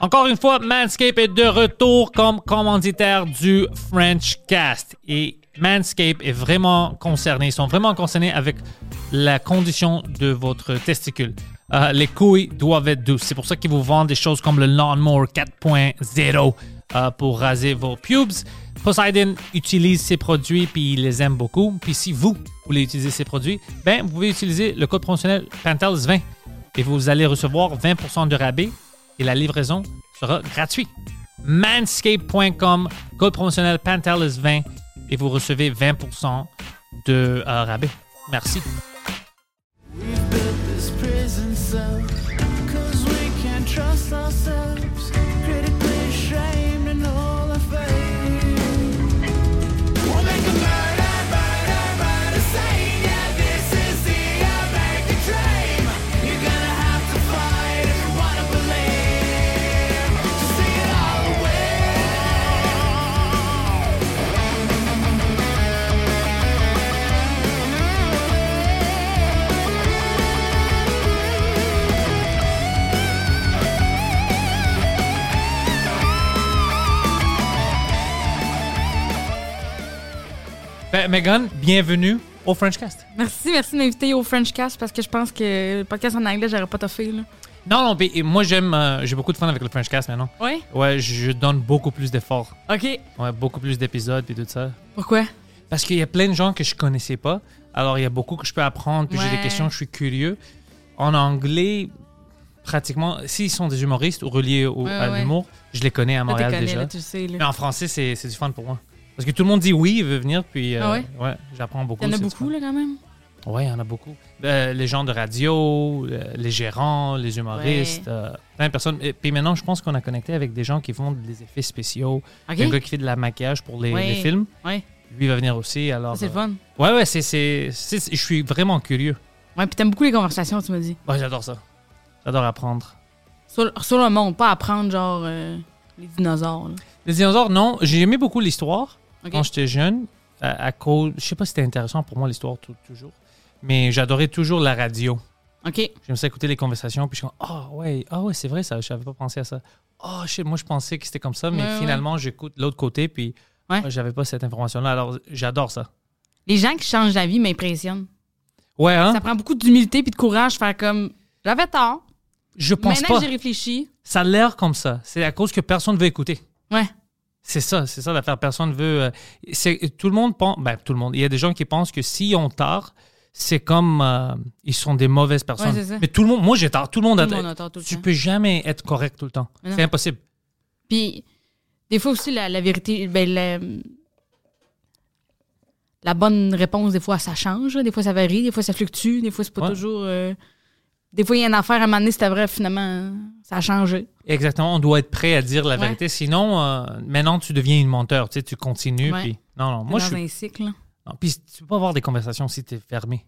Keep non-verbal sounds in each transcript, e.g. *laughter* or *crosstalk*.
Encore une fois, Manscape est de retour comme commanditaire du French Cast. Et Manscape est vraiment concerné. Ils sont vraiment concernés avec la condition de votre testicule. Euh, les couilles doivent être douces. C'est pour ça qu'ils vous vendent des choses comme le Lawnmower 4.0 euh, pour raser vos pubes. Poseidon utilise ces produits puis il les aime beaucoup. Puis si vous voulez utiliser ces produits, ben vous pouvez utiliser le code promotionnel Pentels20 et vous allez recevoir 20% de rabais et la livraison sera gratuite. Manscape.com, code promotionnel Pantelis20 et vous recevez 20% de euh, rabais. Merci. Ben, Megan, bienvenue au Frenchcast. Merci, merci de m'inviter au French Cast parce que je pense que le podcast en anglais, j'aurais pas toffé. Là. Non, non, ben, et moi j'aime, euh, j'ai beaucoup de fun avec le Frenchcast maintenant. Oui? Ouais, je donne beaucoup plus d'efforts. OK. Ouais, beaucoup plus d'épisodes et tout ça. Pourquoi? Parce qu'il y a plein de gens que je connaissais pas. Alors, il y a beaucoup que je peux apprendre. puis J'ai des Ouais. questions, je suis curieux. En anglais, pratiquement, s'ils sont des humoristes ou reliés au, Ouais, à ouais. l'humour, je les connais à Là, t'es Montréal connais, déjà. là, tu le sais. Mais Là. en français, c'est c'est du fun pour moi. Parce que tout le monde dit oui, il veut venir, puis euh, Ah ouais, ouais? j'apprends beaucoup. Il y en a c'est du beaucoup, fun. là, quand même. Ouais, il y en a beaucoup. Euh, les gens de radio, euh, les gérants, les humoristes, euh, plein de personnes. Et puis maintenant, je pense qu'on a connecté avec des gens qui font des effets spéciaux. OK. Un gars qui fait de la maquillage pour les, Ouais. les films, Ouais, lui va venir aussi. Alors, c'est le euh, fun. Ouais, ouais, c'est, c'est, c'est- c'est- Je suis vraiment curieux. Ouais, puis t'aimes beaucoup les conversations, tu m'as dit. Ouais, j'adore ça. J'adore apprendre. Sur, sur le monde, pas apprendre, genre, euh, les dinosaures. là. Les dinosaures, non. J'ai aimé beaucoup l'histoire OK. quand j'étais jeune. À, à cause. Je sais pas si c'était intéressant pour moi, l'histoire, tou- toujours. Mais j'adorais toujours la radio. OK. J'aime ça écouter les conversations. Puis je suis comme, ah ouais, ah ouais, c'est vrai ça. Je n'avais pas pensé à ça. Ah, je sais, moi, je pensais que c'était comme ça. Mais Ouais, ouais. finalement, j'écoute l'autre côté. Puis Ouais. ah, j'avais pas cette information-là. Alors, j'adore ça. Les gens qui changent d'avis m'impressionnent. Ouais, hein? Ça prend beaucoup d'humilité puis de courage de faire comme j'avais tort. Je pense Maintenant pas. que j'ai réfléchi. Ça a l'air comme ça. C'est à cause que personne veut écouter. Ouais. C'est ça, c'est ça l'affaire. Personne veut. euh, c'est- tout le monde pense. Ben, tout le monde. Il y a des gens qui pensent que s'ils ont tort, c'est comme. euh, ils sont des mauvaises personnes. c'est ça. Mais tout le monde. Moi, j'ai tort. Tout le monde Tout a le monde a tort tout le Tu temps. peux jamais être correct tout le temps. Mais non. C'est impossible. Puis des fois aussi la, la vérité, ben la, la bonne réponse des fois ça change, là. des fois ça varie, des fois ça fluctue, des fois c'est pas Ouais. toujours. euh, des fois il y a une affaire à un moment donné c'était vrai finalement euh, ça a changé. Exactement. On doit être prêt à dire la Ouais. vérité. Sinon, euh, maintenant, tu deviens une menteur. Tu sais, tu continues. Ouais. Puis non, non. Moi, dans je suis. un cycle. là. non, Puis tu peux pas avoir des conversations si tu es fermé.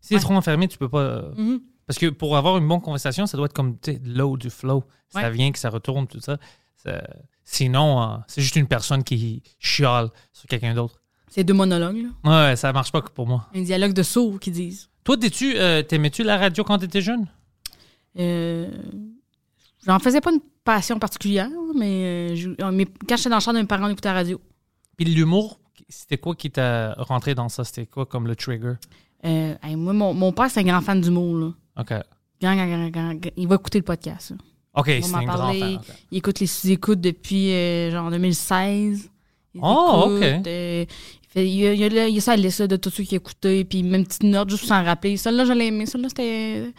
Si tu es Ouais. trop enfermé, tu peux pas. euh, Mhm. Parce que pour avoir une bonne conversation, ça doit être comme tu sais, de l'eau, du flow. Ça Ouais. vient, que ça retourne, tout ça. Ça- sinon, euh, c'est juste une personne qui chiale sur quelqu'un d'autre. C'est deux monologues, là. Ouais, ouais, ça marche pas que pour moi. un dialogue de sourds qui disent. Toi, t'es-tu, euh, t'aimais-tu la radio quand t'étais jeune? Euh, J'en faisais pas une passion particulière, mais, euh, je- mais quand j'étais dans le champ de mes parents, on écoutait la radio. Puis l'humour, c'était quoi qui t'a rentré dans ça? C'était quoi comme le trigger? Euh, hey, moi, mon, mon père, c'est un grand fan d'humour. Là. OK. Grand, grand, grand, grand, grand. Il va écouter le podcast. là. OK, On c'est m'en un grand parlait. fan. OK. Il écoute les sous-écoutes depuis euh, genre 2016. Il Oh, écoute, ok. euh, il, fait- il y a, il y a la- il y a sa liste là, de tout ce qu'il a écouté, puis même une petite note juste pour s'en rappeler. Celle-là, je l'ai aimé. Celle-là, c'était.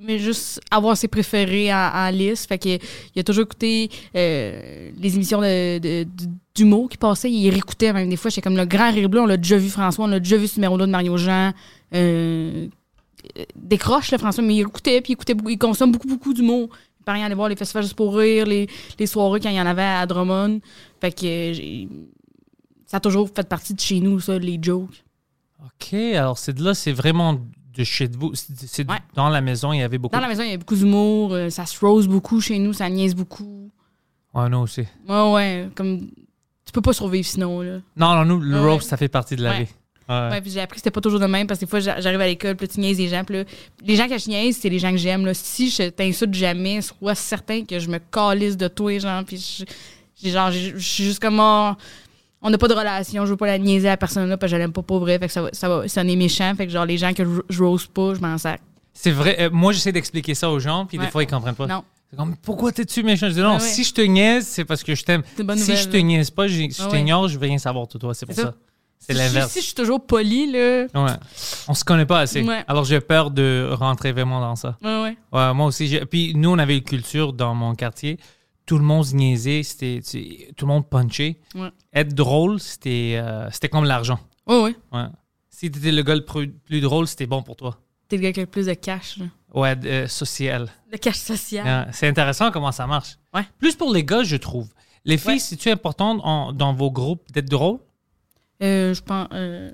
Mais juste avoir ses préférés en, en liste. Fait que, il a toujours écouté euh, les émissions de, de- du- d'humour qui passaient. Il réécoutait même des fois. J'étais comme le grand rire bleu. On l'a déjà vu, François. On l'a déjà vu ce numéro-là de Mario Jean. Euh, euh, décroche, là, François, mais il écoutait, puis il, écoutait beaucoup, il consomme beaucoup, beaucoup d'humour. Mes parents allaient voir les festivals juste pour rire, les, les soirées quand il y en avait à Drummond. Fait que euh, j'ai- ça a toujours fait partie de chez nous, ça, les jokes. OK, alors c'est de là, c'est vraiment de chez vous. C'est c'est Ouais. dans la maison, il y avait beaucoup. Dans la maison, il y avait beaucoup d'humour, euh, ça se rose beaucoup chez nous, ça niaise beaucoup. Ouais, nous aussi. Ouais, ouais, comme tu peux pas survivre sinon, là. Non, non, nous, le Ouais. roast, ça fait partie de la Ouais. vie. Ouais. Ouais, puis j'ai appris que c'était pas toujours de même parce que des fois j'a- j'arrive à l'école, puis là, tu niaises les gens, puis là, les gens que je niaise, c'est les gens que j'aime. là. Si je t'insulte jamais, sois certain que je me calisse de toi, genre, puis je- j'ai genre, j'ai- je suis juste comme oh, on n'a pas de relation, je veux pas la niaiser à la personne là, parce que je l'aime pas pour vrai, fait que ça va, ça va sonner méchant, fait que genre les gens que je- je rose pas, je m'en sers. C'est vrai. euh, moi, j'essaie d'expliquer ça aux gens, puis des Ouais. fois, ils comprennent pas. Non. C'est comme, pourquoi t'es-tu méchant? Je dis, non, Ouais, ouais. si je te niaise, c'est parce que je t'aime. C'est une bonne Si nouvelle, je te là. niaise pas, j'ai- si je Ouais, t'ignore, je vais rien savoir de toi. C'est pour C'est ça. ça. C'est Si- l'inverse. Si, je suis toujours poli, là. Ouais. On se connaît pas assez. Ouais. Alors, j'ai peur de rentrer vraiment dans ça. Ouais, ouais. Ouais, moi aussi. j'ai- Puis nous, on avait une culture dans mon quartier. Tout le monde se niaisait, c'était, tu- tout le monde punchait. Ouais. Être drôle, c'était, euh, c'était comme l'argent. Ouais, ouais. Ouais. Si t'étais le gars le plus, plus drôle, c'était bon pour toi. T'es le gars qui a le plus de cash, là. Ouais, de- euh, social. Le cash social. Ouais, C'est intéressant comment ça marche. Ah. Ouais. Plus pour les gars, je trouve. Les filles, Ouais. si tu es importante en- dans vos groupes d'être drôle, Euh, je pense. euh,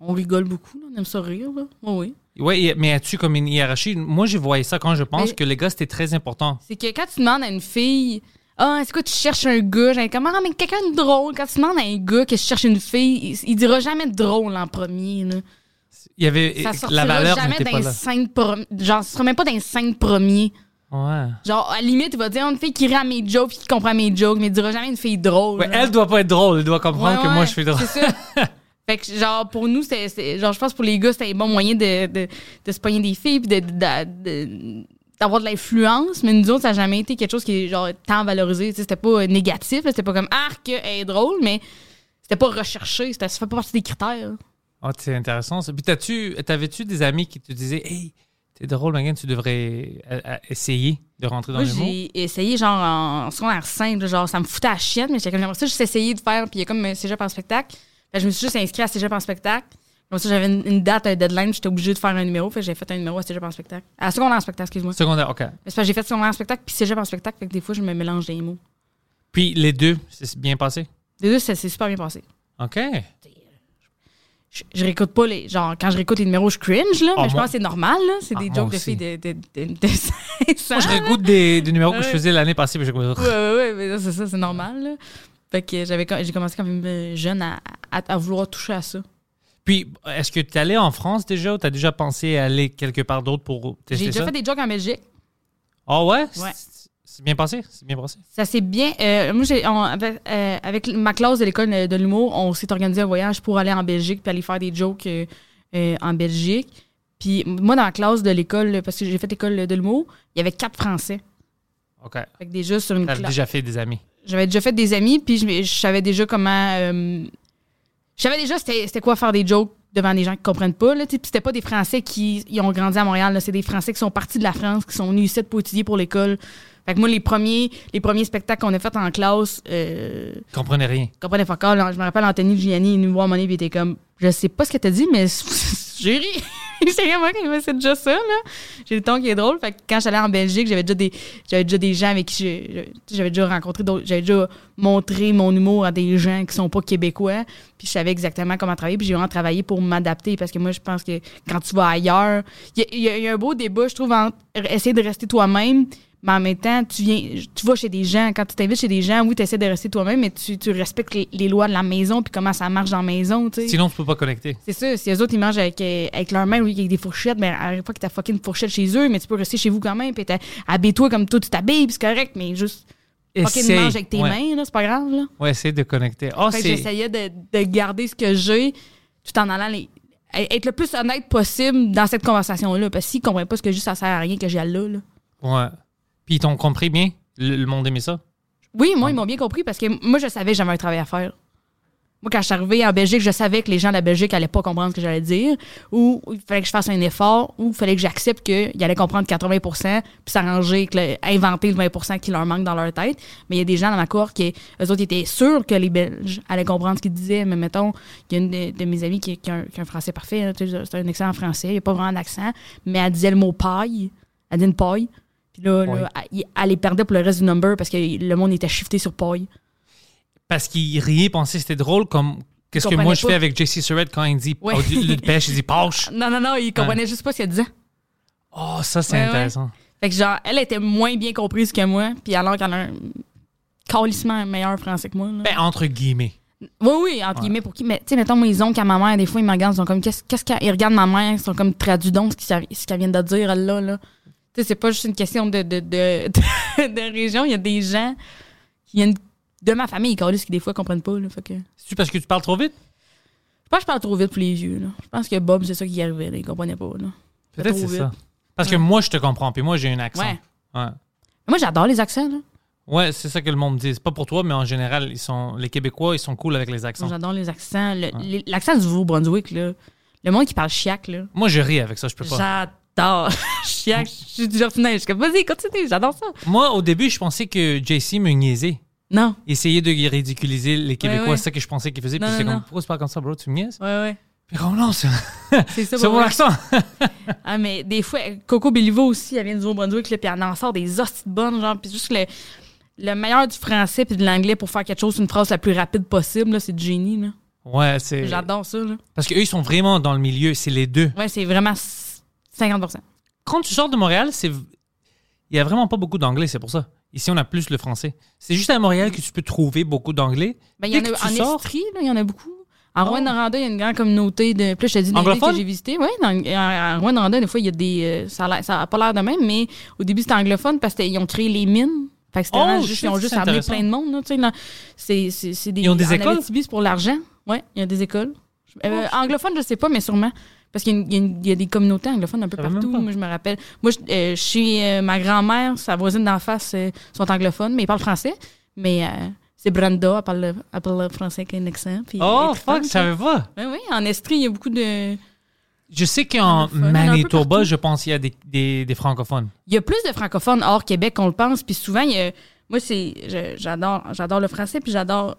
on rigole beaucoup, là. on aime ça rire. Là. Ouais, oui. ouais, mais as-tu comme une hiérarchie? Moi, je voyais ça quand je pense Mais- que les gars, c'était très important. C'est que quand tu demandes à une fille Ah, c'est quoi, tu cherches un gars J'ai comme Ah, mais quelqu'un de drôle. Quand tu demandes à un gars que je cherche une fille, il, il dira jamais drôle en premier. Là. Il y avait Ça la sortira valeur jamais n'était pas d'un là. cinq premiers. Genre, ce sera même pas d'un cinq premiers. Ouais. Genre, à la limite, il va dire Ah, une fille qui rit à mes jokes puis qui comprend mes jokes, mais il dira jamais une fille drôle. Ouais, là. elle doit pas être drôle, elle doit comprendre Ouais, que moi ouais, je suis drôle. *laughs* C'est ça. Fait que, genre, pour nous, c'était- c'était- genre, je pense que pour les gars, c'était un bon moyen de, de, de se pogner des filles puis de- de- de- d'avoir de, l'influence. Mais nous autres, ça n'a jamais été quelque chose qui est, genre, tant valorisé. Tu sais, C'était pas euh, négatif. là. C'était pas comme, ah, que elle est drôle, mais c'était pas recherché. C'était- Ça fait pas partie des critères. Oh, c'est intéressant. ça. Puis t'as-tu, t'avais-tu des amis qui te disaient, hey, t'es drôle, Megan, tu devrais euh, euh, essayer de rentrer dans Moi, le monde. j'ai essayé, genre, en, en secondaire 5, là, genre, ça me foutait à la chienne, mais j'étais comme, j'aimerais ça, juste essayé de faire, puis il y a comme un cégep en spectacle. Fait que je me suis juste inscrite à cégep en spectacle. Comme ça, j'avais une, une date, un deadline, j'étais obligée de faire un numéro, fait que j'ai fait un numéro à cégep en spectacle. À secondaire en spectacle, excuse-moi. Secondaire, ok. Mais C'est parce que j'ai fait secondaire en spectacle, puis cégep en spectacle, fait que des fois, je me mélange des mots. Puis les deux, c'est bien passé. Les deux, ça s'est super bien passé. Ok. Je, je réécoute pas les. Genre, quand je réécoute les numéros, je cringe, là, Ah, mais je moi- pense que c'est normal, là. C'est Ah, des moi jokes de aussi. filles de, de, de, de *laughs* 500. Moi, je réécoute des, des numéros que je Ah, Ouais. faisais l'année passée, puis je Ouais, ouais, ouais, mais là, c'est ça, c'est normal. Là. Fait que j'avais, com- j'ai commencé quand même euh, jeune à, à, à vouloir toucher à ça. Puis, est-ce que tu es allé en France déjà ou tu as déjà pensé à aller quelque part d'autre pour tester J'ai déjà ça? fait des jokes en Belgique. Ah ouais? Ouais. C'est- C'est bien passé? C'est bien passé. Ça s'est bien. euh, moi, j'ai, on- avec, euh, avec ma classe de l'école de l'humour, on s'est organisé un voyage pour aller en Belgique puis aller faire des jokes euh, euh, en Belgique. Puis moi, dans la classe de l'école, parce que j'ai fait l'école de l'humour, il y avait quatre Français. OK. Fait que déjà, sur une T'avais Ah, classe. déjà fait des amis. J'avais déjà fait des amis, puis je, je savais déjà comment. euh, je savais déjà c'était c'était quoi faire des jokes devant des gens qui comprennent pas. Là, tu sais. Puis c'était pas des Français qui ils ont grandi à Montréal. là. C'est des Français qui sont partis de la France, qui sont venus ici pour étudier pour l'école. Fait que moi, les premiers, les premiers spectacles qu'on a fait en classe, euh, Tu comprenais rien. je comprenais pas encore. là. Je me rappelle, Anthony Gianni, il nous voit à un moment donné, puis il était comme Je sais pas ce que t'as dit, mais *laughs* j'ai ri. *laughs* J'étais comme, OK, mais c'est déjà ça, là. J'ai le ton qui est drôle. Fait que quand j'allais en Belgique, j'avais déjà des, j'avais déjà des gens avec qui j'ai- je- tu sais, j'avais déjà rencontré d'autres. J'avais déjà montré mon humour à des gens qui sont pas québécois. Puis je savais exactement comment travailler. Puis j'ai vraiment travaillé pour m'adapter. Parce que moi, je pense que quand tu vas ailleurs, il y, a- il y a- il y a un beau débat, je trouve, entre essayer de rester toi-même. Mais en même temps, tu viens, tu vas chez des gens. Quand tu t'invites chez des gens, oui, tu essaies de rester toi-même, mais tu, tu respectes les, les lois de la maison puis comment ça marche dans la maison, tu sais. Sinon, tu peux pas connecter. C'est ça, si eux autres ils mangent avec, euh, avec leurs mains ou avec des fourchettes, mais arrive pas que t'as fucking une fourchette chez eux, mais tu peux rester chez vous quand même, puis t'as- habille-toi comme toi, tu t'habilles, puis c'est correct, mais juste fucking mange avec tes ouais. mains, là, c'est pas grave, là. Ouais, essaye de connecter. Oh, Fait que c'est... j'essayais de, de garder ce que j'ai tout en allant les- être le plus honnête possible dans cette conversation-là, parce qu'ils comprennent pas ce que juste ça sert à rien que j'ai là, là. Ouais. Puis ils t'ont compris bien? Le, le monde aimait ça? Oui, moi, ils m'ont bien compris parce que moi, je savais que j'avais un travail à faire. Moi, quand je suis arrivée en Belgique, je savais que les gens de la Belgique allaient pas comprendre ce que j'allais dire, ou il fallait que je fasse un effort, ou il fallait que j'accepte qu'ils allaient comprendre 80 puis s'arranger, avec le- inventer le 20 qui leur manque dans leur tête. Mais il y a des gens dans ma cour qui, eux autres, ils étaient sûrs que les Belges allaient comprendre ce qu'ils disaient. Mais mettons, il y a une de, de mes amies qui, qui a un, qui a un français parfait, hein, tu sais, c'est un excellent français, il n'y a pas vraiment d'accent, mais elle disait le mot paille, elle dit une paille. Puis là, là, Ouais. elle, elle les perdait pour le reste du number parce que le monde était shifté sur paille. Parce qu'il riait, pensait que c'était drôle, comme qu'est-ce que Comprenait moi je pas. fais avec JC Surrett quand il dit Ouais. au lieu de pêche, il *laughs* dit poche. Non, non, non, il comprenait juste pas ce qu'elle disait. Oh, ça c'est Ouais, ouais. intéressant. Fait que genre, elle était moins bien comprise que moi, puis alors qu'elle a un calissement meilleur français que moi. là. Ben, entre guillemets. oui, oui, entre guillemets, pour qui. Mais tu sais, mettons, mes oncles à ma mère, des fois, ils me regardent, ils sont comme, qu'est-ce qu'est-ce qu'ils ils regardent ma mère, ils sont comme, traduis donc ce qu'elle ce qu'elle vient de dire, elle, là, là. Tu sais, c'est pas juste une question de, de, de, *laughs* de, de région, il y a des gens qui viennent de ma famille, calissent, qui des fois comprennent pas, là. Fait que. Je C'est parce que tu parles trop vite? pense que je parle trop vite pour les yeux, là. Je pense que Bob, c'est ça qui y arrivait, là, il comprenait pas, là. Peut-être trop c'est vite. ça. Parce que moi je te comprends, puis moi j'ai un accent. Ouais. Ouais. Mais Moi, j'adore les accents, là. Ouais, c'est ça que le monde dit. C'est pas pour toi, mais en général, ils sont les Québécois, ils sont cool avec les accents. Moi, J'adore les accents. Le- les- L'accent du Nouveau-Brunswick, là. Le monde qui parle chiac, là. Moi, je ris avec ça, je peux pas. J'adore. *laughs* chiac. Je suis du Jardinage. Je suis comme, vas-y, continue. J'adore ça. Moi, au début, je pensais que JC me niaisait. Non. Essayer de ridiculiser les Québécois, ouais. c'est ça que je pensais qu'il faisait. Non, Puis non, c'est comme, non. pourquoi c'est pas comme ça, bro, tu me niaises? Ouais, ouais. Puis comme, non, c'est C'est *laughs* ça. c'est pour mon vrai. accent. Ah, mais des fois, Coco Béliveau aussi, elle vient du Nouveau-Brunswick, là, puis elle en sort des hosties de bonnes, genre, puis juste le, le meilleur du français puis de l'anglais pour faire quelque chose, une phrase la plus rapide possible, là, c'est du génie, là. Ouais, c'est. J'adore ça, là. Parce qu'eux, ils sont vraiment dans le milieu, c'est les deux. Ouais, c'est vraiment c- 50 Quand tu sors de Montréal, c'est. Il y a vraiment pas beaucoup d'anglais, c'est pour ça. Ici, on a plus le français. C'est juste à Montréal que tu peux trouver beaucoup d'anglais. Ben, il y en Dès que a en tu sors- Oh. Estrie, là, il y en a beaucoup. En Rouen-Noranda, il y a une grande communauté de. Plus je te dis des villes Anglophone? que j'ai visitées. Oui, en Rouen-Noranda, des fois, il y a des. euh, ça a l'air- ça a pas l'air de même, mais au début, c'était anglophone parce qu'ils ont créé les mines. Fait que c'était Oh, vraiment shit, juste, ils ont juste c'est amené intéressant. plein de monde. Là, tu sais, là. C'est- c'est- c'est des, Ils ont des en écoles? Abitibi, c'est pour l'argent. Oui, il y a des écoles. Euh, anglophone, je sais pas, mais sûrement. Parce qu'il y a une- il y, a une- il y a des communautés anglophones un peu Ça va même partout. pas. Moi, je me rappelle. Moi, je- euh, chez euh, ma grand-mère, sa voisine d'en face, euh, sont anglophones, mais ils parlent français. Mais euh, c'est Brenda, elle parle, elle parle le français avec un accent. puis elle Oh, est fuck, franche. je savais pas. Oui, oui, en Estrie, il y a beaucoup de. Je sais qu'en Francophone, un peu Manitoba, partout. je pense qu'il y a des, des- des francophones. Il y a plus de francophones hors Québec qu'on le pense, puis souvent, il y a- moi, c'est, je- j'adore, j'adore le français, puis j'adore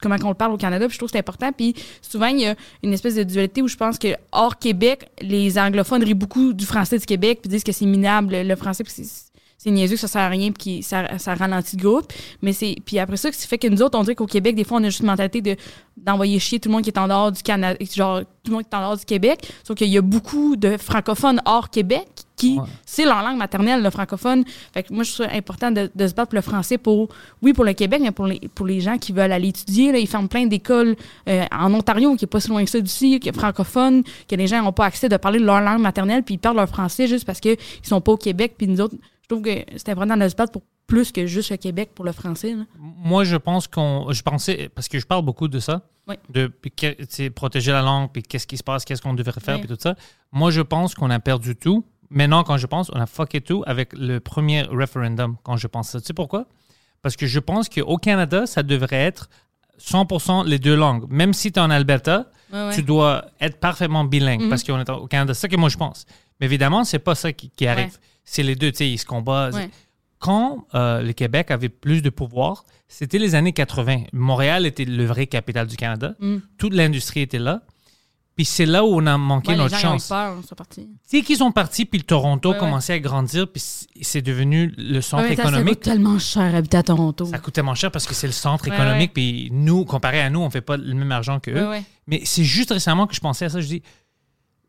comment on le parle au Canada, puis je trouve que c'est important. Puis souvent, il y a une espèce de dualité où je pense que hors Québec, les anglophones rient beaucoup du français du Québec, puis disent que c'est minable le français, puis c'est, c'est niaiseux, que ça sert à rien, puis que ça, ça ralentit le groupe. Mais c'est, puis après ça, c'est fait que nous autres, on dirait qu'au Québec, des fois, on a juste une mentalité de, d'envoyer chier tout le monde qui est en dehors du Canada, genre tout le monde qui est en dehors du Québec. Sauf qu'il y a beaucoup de francophones hors Québec qui, Ouais. c'est leur langue maternelle, le francophone. Fait que moi, je trouve ça important de, de se battre pour le français, pour, oui, pour le Québec, mais pour les, pour les gens qui veulent aller étudier. Là, ils ferment plein d'écoles euh, en Ontario, qui est pas si loin que ça d'ici, qui est francophone, que les gens n'ont pas accès de parler leur langue maternelle, puis ils perdent leur français juste parce qu'ils sont pas au Québec. Puis nous autres, je trouve que c'est important de se battre pour plus que juste le Québec pour le français. là. Moi, je pense qu'on. Je pensais. Parce que je parle beaucoup de ça. Oui. De puis que- tu sais, protéger la langue, puis qu'est-ce qui se passe, qu'est-ce qu'on devrait faire, Oui. puis tout ça. Moi, je pense qu'on a perdu tout. Maintenant, quand je pense, on a fucké tout avec le premier référendum, quand je pense ça. Tu sais pourquoi? Parce que je pense qu'au Canada, ça devrait être 100% les deux langues. Même si tu es en Alberta, Ouais, ouais. tu dois être parfaitement bilingue Mhm. parce qu'on est au Canada. C'est ça que moi je pense. Mais évidemment, c'est pas ça qui, qui arrive. C'est les deux, tu sais, ils se combattent. Ouais. Quand euh, le Québec avait plus de pouvoir, c'était les années 80. Montréal était le vrai capital du Canada. Mm. Toute l'industrie était là. Puis c'est là où on a manqué Ouais, les notre gens ils ont eu chance. peur, hein, ils sont partis. C'est qu'ils sont partis, puis le Toronto Ouais, ouais. commençait à grandir, puis c- c'est devenu le centre Ouais, mais ça, Ça économique. coûte tellement cher habiter à Toronto. Ça coûte tellement cher parce que c'est le centre Ouais, économique, puis nous, comparé à nous, on fait pas le même argent que eux. Ouais, ouais. Mais c'est juste récemment que je pensais à ça. Je dis,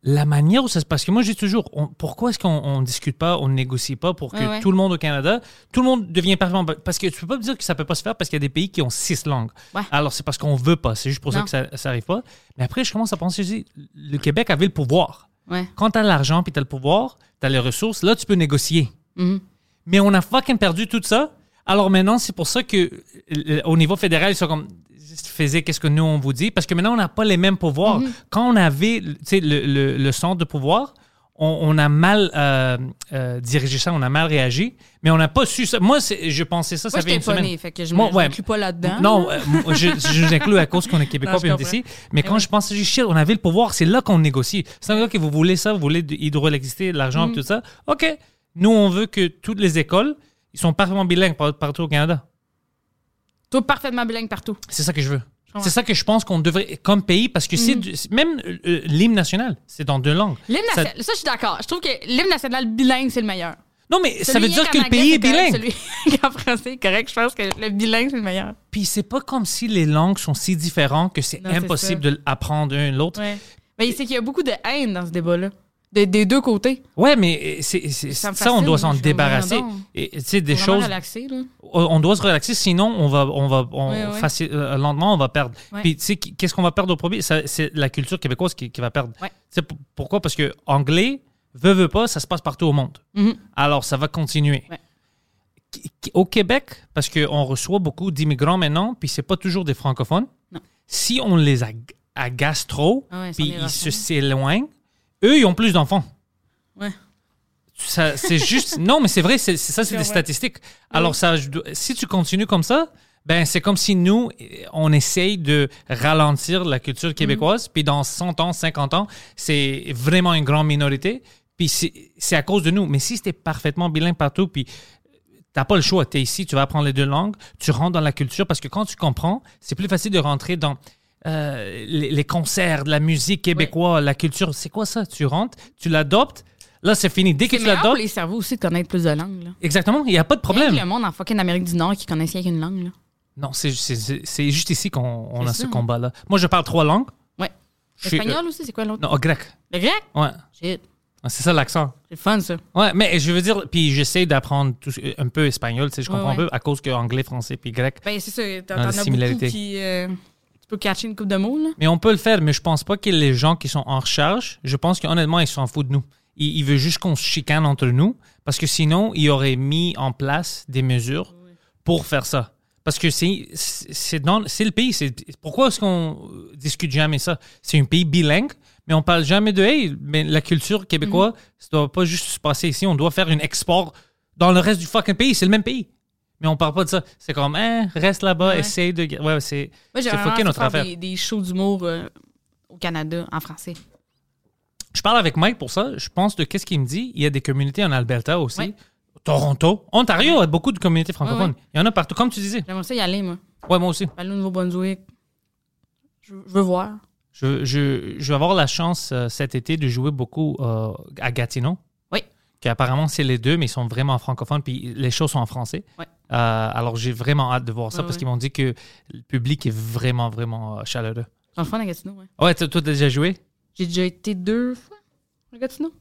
la manière où ça se passe. Parce que moi, j'ai toujours, on- pourquoi est-ce qu'on ne discute pas, on ne négocie pas pour que Ouais, ouais. tout le monde au Canada, tout le monde devient parfaitement. Parce que tu peux pas me dire que ça peut pas se faire parce qu'il y a des pays qui ont six langues. Ouais. Alors, c'est parce qu'on veut pas. C'est juste pour ça Non. que ça n'arrive pas. Mais après, je commence à penser, je dis, le Québec avait le pouvoir. Ouais. Quand tu as l'argent puis tu as le pouvoir, tu as les ressources, là, tu peux négocier. Mhm. Mais on a fucking perdu tout ça. Alors maintenant, c'est pour ça que euh, au niveau fédéral, ils sont comme faisait qu'est-ce que nous on Mhm. vous dit parce que maintenant on n'a pas les mêmes pouvoirs. Quand on avait tu sais, le, le- le centre de pouvoir, on, on a mal euh, euh, dirigé ça, on a mal réagi, mais on n'a pas su ça. Moi, c'est- je pensais ça, Moi, ça fait j'étais une pas semaine. née, fait que je Moi, ne ouais. m'inclus pas là-dedans. Non, euh, moi, je, je vous inclus à cause qu'on est québécois Non, je Eh et on est ici. Mais quand oui. je pense, j'ai dit, shit, on avait le pouvoir, c'est là qu'on négocie. C'est un gars que vous voulez ça, vous voulez de l'hydroélectricité, de Mm. l'argent, tout ça. OK. Nous, on veut que toutes les écoles, ils sont parfaitement bilingues par- partout au Canada. Toi, parfaitement bilingue partout. C'est ça que je veux. comprends. Mm. C'est ça que je pense qu'on devrait, comme pays, parce que c'est du- c'est même euh, l'hymne national, c'est dans deux langues. L'hymne Ça- national, ça, je suis d'accord. Je trouve que l'hymne national bilingue, c'est le meilleur. Non, mais ça Celui veut dire qu'en que le anglais, pays est c'est correct, bilingue. Celui *laughs* qu'en français, est correct. Je pense que le bilingue, c'est le meilleur. Puis c'est pas comme si les langues sont si différentes que c'est Non, c'est impossible de l'apprendre un l'autre. Ouais, Ouais. Mais c'est qu'il y a beaucoup de haine dans ce débat-là. De- des deux côtés. mais euh, c'est, c'est- Ça ça, me fascine, on doit s'en je me débarrasser. demande donc. Et tu sais, des Faut vraiment choses. relaxer, là. On on doit se relaxer, sinon on va, on va, on, Ouais, ouais. faci- euh, lentement on va perdre. Ouais. Puis tu sais, qui- qu'est-ce qu'on va perdre au premier Ça, C'est la culture québécoise qui, qui va perdre. Ouais. Tu sais, p- pourquoi Parce que anglais, veut veut pas, ça se passe partout au monde. Mhm. Alors ça va continuer. Ouais. Qui- qui- Au Québec, parce qu'on reçoit beaucoup d'immigrants maintenant, puis c'est pas toujours des francophones. Non. Si on les ag- agace trop, Ah ouais, ça en puis est ils se rassemble. s'éloignent, eux ils ont plus d'enfants. Ouais. Ça, *laughs* c'est juste. Non, mais c'est vrai, c'est, c'est ça, c'est C'est des vrai. statistiques. Alors, ça, je dois- si tu continues comme ça, ben, c'est comme si nous, eh, on essaye de ralentir la culture Mm. québécoise, puis dans 100 ans, 50 ans, c'est vraiment une grande minorité, puis c'est, c'est à cause de nous. Mais si c'était parfaitement bilingue partout, puis t'as pas le choix, t'es ici, tu vas apprendre les deux langues, tu rentres dans la culture, parce que quand tu comprends, c'est plus facile de rentrer dans. euh, les, les concerts, de la musique québécoise, la culture, c'est quoi ça? Tu rentres, tu l'adoptes, là c'est fini. Dès que C'est tu meilleur pour l'adoptes, les cerveaux aussi de connaître plus de langues, là. Exactement, il n'y a pas de Rien problème. que le monde en fucking Amérique du Nord qui connaissait qu'une langue, là. Non, c'est- c'est c'est- c'est juste ici qu'on on C'est a ça, ce hein. combat-là. Moi, je parle trois langues. Ouais. Je suis, L'espagnol aussi, c'est quoi euh, l'autre? non, au grec. Le grec? Ouais, Ah, Shit. c'est ça l'accent. C'est le fun, ça. Ouais, mais je veux dire, puis j'essaie d'apprendre tout- un peu espagnol, tu sais, je Ouais, comprends ouais. un peu à cause que anglais, français, puis grec. Ben, c'est ça. Ah, T'en t'en la as beaucoup, similarité. puis euh, tu peux catcher une coupe de mots, là. Mais on peut le faire, mais je pense pas que les gens qui sont en charge, je pense qu'honnêtement, ils s'en foutent de nous. Ils, ils veulent juste qu'on se chicane entre nous, parce que sinon, ils auraient mis en place des mesures pour faire ça. Parce que c'est c'est dans- c'est le pays. c'est- Pourquoi est-ce qu'on discute jamais ça? C'est un pays bilingue, mais on parle jamais de hey, mais la culture québécoise, Mhm. ça doit pas juste se passer ici. On doit faire un export dans le reste du fucking pays. C'est le même pays. Mais on parle pas de ça. C'est comme, hein, reste là-bas, Ouais. essaye de. Ouais, c'est Moi, j'ai c'est vraiment fucké envie de notre faire affaire. des, des shows d'humour euh, au Canada en français. Je parle avec Mike pour ça. Je pense de qu'est-ce qu'il me dit. Il y a des communautés en Alberta aussi. Ouais. Toronto. Ontario a beaucoup de communautés francophones. Ouais, Il y en a partout, comme tu disais. J'aimerais ça y aller, moi. Ouais, moi aussi. Aller au Nouveau-Brunswick. Je, je veux voir. Je, je, je vais avoir la chance euh, cet été de jouer beaucoup euh, à Gatineau. Oui. Qui apparemment, c'est les deux, mais ils sont vraiment francophones, puis les choses sont en français. Ouais. Euh, alors, j'ai vraiment hâte de voir ça Ouais, parce ouais. qu'ils m'ont dit que le public est vraiment, vraiment euh, chaleureux. Dans le fun à Gatineau, ouais. Ouais, toi, toi, t'as déjà joué? J'ai déjà été deux fois à Gatineau.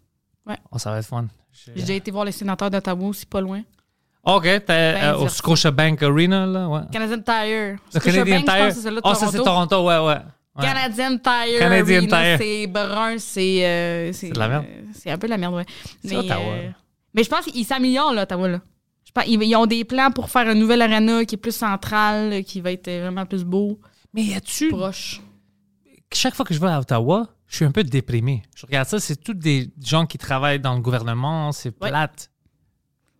Oh, ça va être fun. J'ai déjà été voir les sénateurs d'Ottawa aussi, pas loin. Ah. OK, t'es euh, au divertissant. Scotiabank Arena, là, ouais. Canadian Tire. Le Canadian Tire. Ah, ça, c'est Toronto, ouais, ouais. Ouais. Canadian Tire. Canadian Tire. Arena, C'est brun, c'est. euh, c'est de la merde. euh, c'est un peu de la merde, ouais. euh, C'est Ottawa. mais je pense qu'ils s'améliorent, là, Ottawa, là. Je pense, ils, ils ont des plans pour faire un nouvel arena qui est plus central, qui va être vraiment plus beau, Mais y a-tu. *laughs* proche. Chaque fois que je vais à Ottawa, je suis un peu déprimé. Je regarde ça, c'est tous des gens qui travaillent dans le gouvernement, c'est Ouais. plate.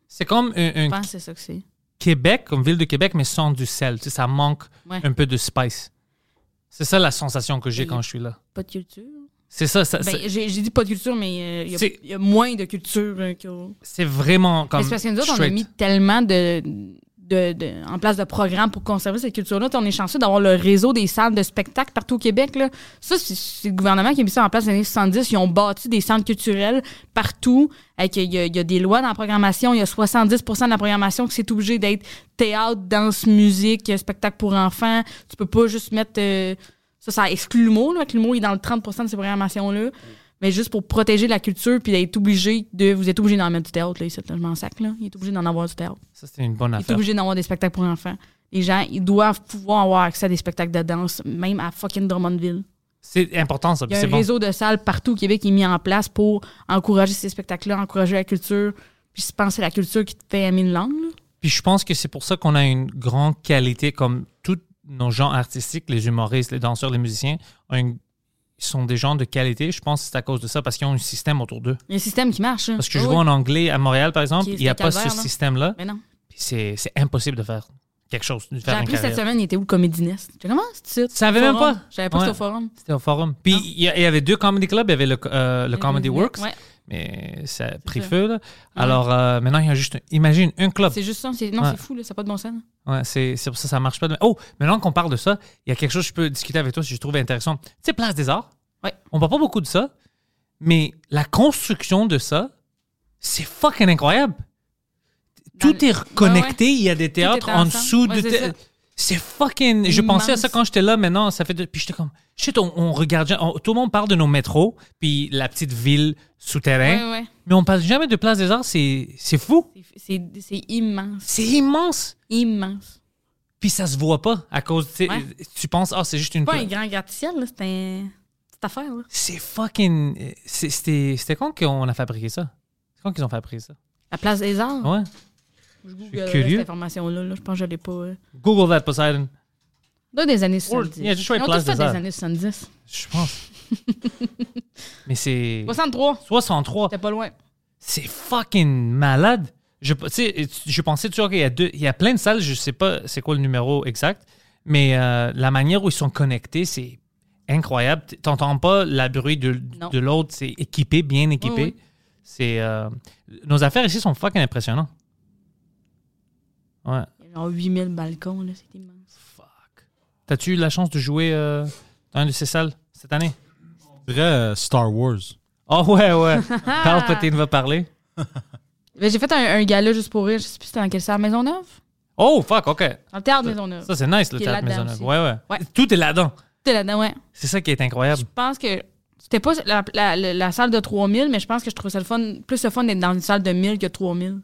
C'est comme un, un Je pense que c'est ça que c'est. Québec, comme ville de Québec, mais sans du sel. Tu sais, ça manque Ouais. un peu de spice. C'est ça la sensation que j'ai Mais- quand je suis là. Pas de culture. C'est ça, ça- Ben, Euh, c'est- j'ai j'ai dit pas de culture, mais euh, il C'est- y, a moins de culture euh, qu'au- c'est vraiment comme. Mais c'est parce que nous autres, on a straight. mis tellement de, de- de- en place de programmes pour conserver cette culture-là. On est chanceux d'avoir le réseau des salles de spectacle partout au Québec. Là. Ça, c'est- c'est le gouvernement qui a mis ça en place dans les années 70. Ils ont bâti des centres culturels partout. Avec, il, y a, il y a des lois dans la programmation. Il y a 70 de la programmation qui c'est obligé d'être théâtre, danse, musique, euh, spectacle pour enfants. Tu peux pas juste mettre... euh, ça, ça exclut l'humour. là, que L'humour est dans le 30 de ces programmations-là. Mais juste pour protéger la culture, puis d'être obligé de. Vous êtes obligé d'en mettre du théâtre, là, ici, là, je m'en sac, là. Il est obligé d'en avoir du théâtre. Ça, c'est une bonne Il est affaire. obligé d'en avoir des spectacles pour enfants. Les gens, ils doivent pouvoir avoir accès à des spectacles de danse, même à fucking Drummondville. C'est important, ça. Il y a c'est un bon. réseau de salles partout au Québec qui est mis en place pour encourager ces spectacles-là, encourager la culture. Puis je pense que c'est la culture qui te fait aimer une langue, là. Puis je pense que c'est pour ça qu'on a une grande qualité, comme tous nos gens artistiques, les humoristes, les danseurs, les musiciens, ont une- ils sont des gens de qualité. Je pense que c'est à cause de ça, parce qu'ils ont un système autour d'eux. Il y a un système qui marche. hein. Parce que Ah je oui. vois en anglais à Montréal, par exemple, Qui- il n'y a c'est pas ce calvaire, là. système-là. Mais non. Puis c'est c'est impossible de faire quelque chose, de J'ai faire une appris cette carrière. semaine, il était où le comédiniste? J'étais comment? Tu Tu savais même pas? J'avais pas Ouais. c'était au forum. C'était au forum. Puis il y, a- il y avait deux comedy clubs. Il y avait le, euh, le Comedy Works, Ouais. mais ça a pris ça. feu. là. Alors euh, maintenant, il y a juste, un- imagine, un club. C'est juste ça. c'est- Non, Ouais. c'est fou, là. Ça n'a pas de bon sens. Ouais, c'est c'est pour ça que ça marche pas. de- Oh, maintenant qu'on parle de ça, il y a quelque chose que je peux discuter avec toi si je trouve intéressant. Tu sais, Place des Arts. Ouais. On parle pas beaucoup de ça, mais la construction de ça, c'est fucking incroyable. Dans Tout est reconnecté. Il y a des théâtres est en dessous ensemble. Ouais, de. c'est thé- ça. C'est fucking. Je pensais à ça Immense. quand j'étais là. Maintenant, ça fait. de- Puis j'étais comme. Shit, on, on regarde. on- tout le monde parle de nos métros, puis la petite ville Ouais, souterraine. ouais, ouais. Mais on parle jamais de Place des Arts. C'est c'est fou. C'est- C'est c'est immense. C'est immense. Immense. Puis ça se voit pas à cause. tu sais, Ouais. Tu penses, ah, c'est juste une. C'est pas pla- un grand gratte-ciel, là. C'est un... cette affaire, là. C'est fucking. c'est- C'était c'était quand qu'on a fabriqué ça? C'est quand qu'ils ont fabriqué ça? La place des arts. Ouais. Je euh, curieux. cette information-là. là. Je pense que je l'ai pas. euh. Oh, Google that, Poseidon. Dans des années Or- 70. yeah, just write Ils ont place tous fait des des arts. années 70. Je *laughs* pense. Mais c'est. 63. 63. C'était pas loin. C'est fucking malade. Je, tu sais, je pensais toujours qu'il y a deux. Il y a plein de salles, je sais pas c'est quoi le numéro exact, mais euh, la manière où ils sont connectés, c'est incroyable. T- T'entends pas la bruit de, Non. de l'autre, c'est équipé, bien équipé. Oui, oui. C'est euh, nos affaires ici sont fucking impressionnantes. Ouais. Il y a genre 8000 balcons, là. C'est immense. Fuck. T'as-tu eu la chance de jouer euh, dans une de ces salles cette année? Je dirais euh, Star Wars. Oh ouais, *laughs* ouais. Parle, Poutine va parler. Ben, J'ai fait un, un gala juste pour rire. Je sais plus c'était dans quelle salle. Maisonneuve? Oh fuck, ok. Dans le théâtre Maisonneuve. Ça, c'est nice, le Qui est théâtre là-dedans Maisonneuve. aussi. Ouais, ouais, Ouais. Tout est là-dedans. C'était là-dedans, ouais. C'est ça qui est incroyable. Je pense que c'était pas la, la- la- la salle de 3000, mais je pense que je trouvais ça le fun, plus le fun d'être dans une salle de 1000 que 3000.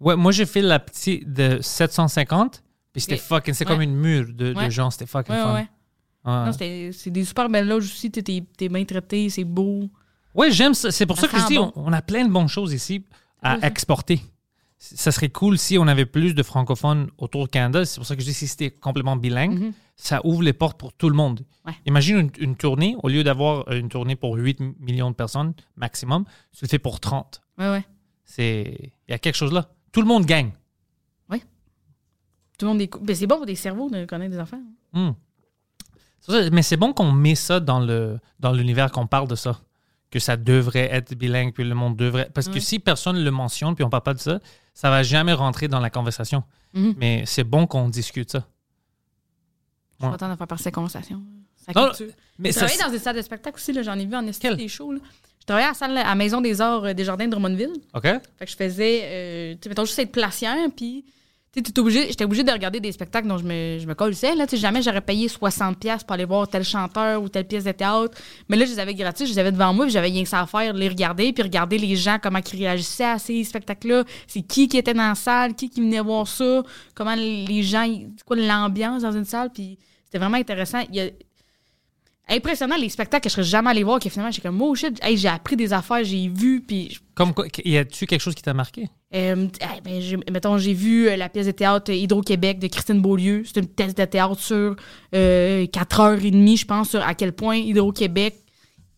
Ouais, moi, j'ai fait la petite de 750, puis c'était Et- fucking... C'est ouais. comme une mur de, de Ouais. gens, c'était fucking Ouais, ouais, fun. ouais. Ouais, Non, c'était- c'est des super belles loges aussi. T'es- T'es t'es bien traité, c'est beau. Ouais, j'aime ça. C'est pour ça, Ça que je sent dis, bon. on, on a plein de bonnes choses ici à Oui, ça. exporter. C- Ça serait cool si on avait plus de francophones autour du Canada. C'est pour ça que je dis, si c'était complètement bilingue, Mhm. ça ouvre les portes pour tout le monde. Ouais. Imagine une, une tournée, au lieu d'avoir une tournée pour 8 millions de personnes maximum, tu le fais pour 30. Ouais, ouais. C'est... Il y a quelque chose là. Tout le monde gagne. Tout le monde est. cou- Ben, c'est bon pour des cerveaux de connaître des affaires. hein. Hmm. C'est pour ça- Mais c'est bon qu'on met ça dans le dans l'univers qu'on parle de ça, que ça devrait être bilingue, puis le monde devrait. Parce que Ouais. si personne le mentionne, puis on parle pas de ça, ça va jamais rentrer dans la conversation. Mhm. Mais c'est bon qu'on discute ça. Je Ouais. suis contente de faire passer ces conversations. Ça Non, culture. Mais J'ai ça, travaillé dans des salles de spectacle aussi, là, j'en ai vu en Quelle? esthétique des shows. là. Je travaillais à la salle à la Maison des Arts euh, des Jardins de Drummondville. ok. Fait que je faisais, euh, tu sais, mettons juste être placière, puis tu sais, t'es obligé, j'étais obligée de regarder des spectacles dont je me, je me colissais, là, tu sais, jamais j'aurais payé 60$ piastres pour aller voir tel chanteur ou telle pièce de théâtre. Mais là, je les avais gratuits, je les avais devant moi, puis j'avais rien que ça à faire, les regarder, puis regarder les gens, comment ils réagissaient à ces spectacles-là, c'est qui qui était dans la salle, qui qui venait voir ça, comment les gens, ils- c'est quoi l'ambiance dans une salle, puis c'était vraiment intéressant. Il y a- Impressionnant les spectacles que je serais jamais allé voir, que finalement, j'ai comme, oh shit, hey, j'ai appris des affaires, j'ai vu, puis je Comme quoi, qu- y a-tu quelque chose qui t'a marqué euh, ah, ben, j'ai- mettons, j'ai vu euh, la pièce de théâtre Hydro-Québec de Christine Beaulieu. C'est une pièce de théâtre sur euh, 4h30, je pense, sur à quel point Hydro-Québec,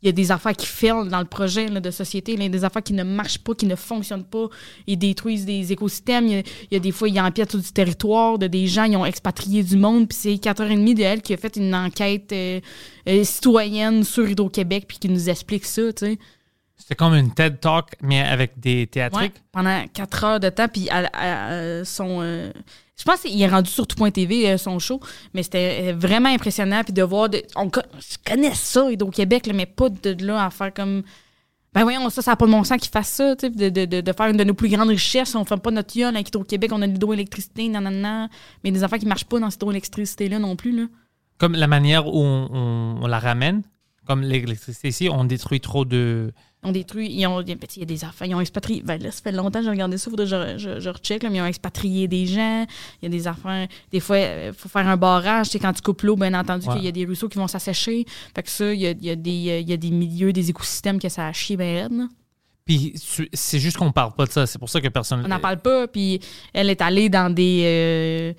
il y a des affaires qui ferment dans le projet là, de société. là. Il y a des affaires qui ne marchent pas, qui ne fonctionnent pas. Ils détruisent des écosystèmes. Il y a, il y a des fois, ils empiètent sur du territoire de des gens, ils ont expatrié du monde. Puis c'est 4h30 de elle qui a fait une enquête euh, euh, citoyenne sur Hydro-Québec puis qui nous explique ça, tu sais. C'était comme une TED Talk, mais avec des Ouais, théâtriques. pendant quatre heures de temps, puis à- à- à son. euh, je pense qu'il est rendu sur tout.tv, euh, son show, mais c'était euh, vraiment impressionnant. Puis de voir. De, on, co- je connais ça, Hydro-Québec, là, mais pas de, de là à faire comme. Ben voyons, ça, ça n'a pas de bon sens qu'ils fassent ça, tu sais, puis de, de- de faire une de nos plus grandes richesses. On ne fait pas notre yole avec Hydro-Québec, on a l'hydroélectricité, nan, nan, nan. Mais des affaires qui ne marchent pas dans cette hydroélectricité-là non plus, là. Comme la manière où on, on- on la ramène, comme l'électricité ici, on détruit trop de. On détruit, ils ont, ben, tu sais, il y a des affaires, ils ont expatrié. Ben là, ça fait longtemps que j'ai regardé ça, faudrait que je, je, je recheck, là, mais ils ont expatrié des gens. Il y a des affaires, des fois, il faut faire un barrage. Tu sais, quand tu coupes l'eau, bien entendu, Ouais. qu'il y a des ruisseaux qui vont s'assécher. Fait que ça, il y a, il y a des, euh, il y a des milieux, des écosystèmes que ça a chié bien raide, là. Puis tu- c'est juste qu'on parle pas de ça. C'est pour ça que personne. On n'en parle pas, puis elle est allée dans des. euh,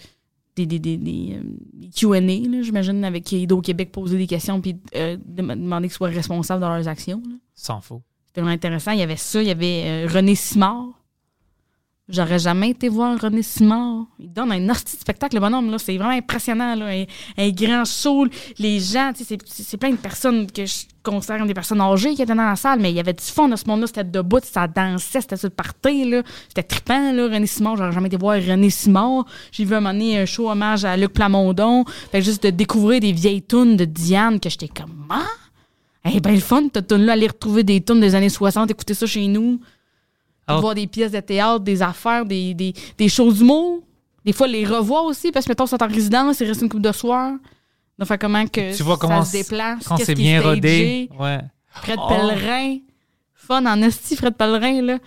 des, des, des, des, euh, des Q&A, là, j'imagine, avec Hydro-Québec poser des questions puis euh, dem- demander qu'ils soient responsables de leurs actions. là. S'en fout. C'était vraiment intéressant. Il y avait ça, il y avait euh, René Simard. J'aurais jamais été voir René Simard. Il donne un nasty de spectacle, le bonhomme. Là. C'est vraiment impressionnant. Là. Un, un grand show. Les gens, tu sais, c'est, c'est plein de personnes que je considère comme des personnes âgées qui étaient dans la salle, mais il y avait du fond dans ce monde-là. C'était debout, ça dansait, c'était sur le party. Là. C'était trippant. Là. René Simard, j'aurais jamais été voir René Simard. J'ai vu un moment donné un show hommage à Luc Plamondon. Fait que juste de découvrir des vieilles tunes de Diane que j'étais comme... Ah! Eh ben le fun, t'as tune là aller retrouver des tunes des années 60, écouter ça chez nous, Ah. voir des pièces de théâtre, des affaires, des, des, des shows d'humour. Des fois, les revoir aussi, parce que mettons, ils sont en résidence, ils restent une coupe de soir. Donc, fait comment que Tu vois comment ça se déplace, quand qu'est-ce c'est qui bien est stagé. rodé. Ouais. Fred Oh. Pellerin. Fun en esti, Fred Pellerin, là.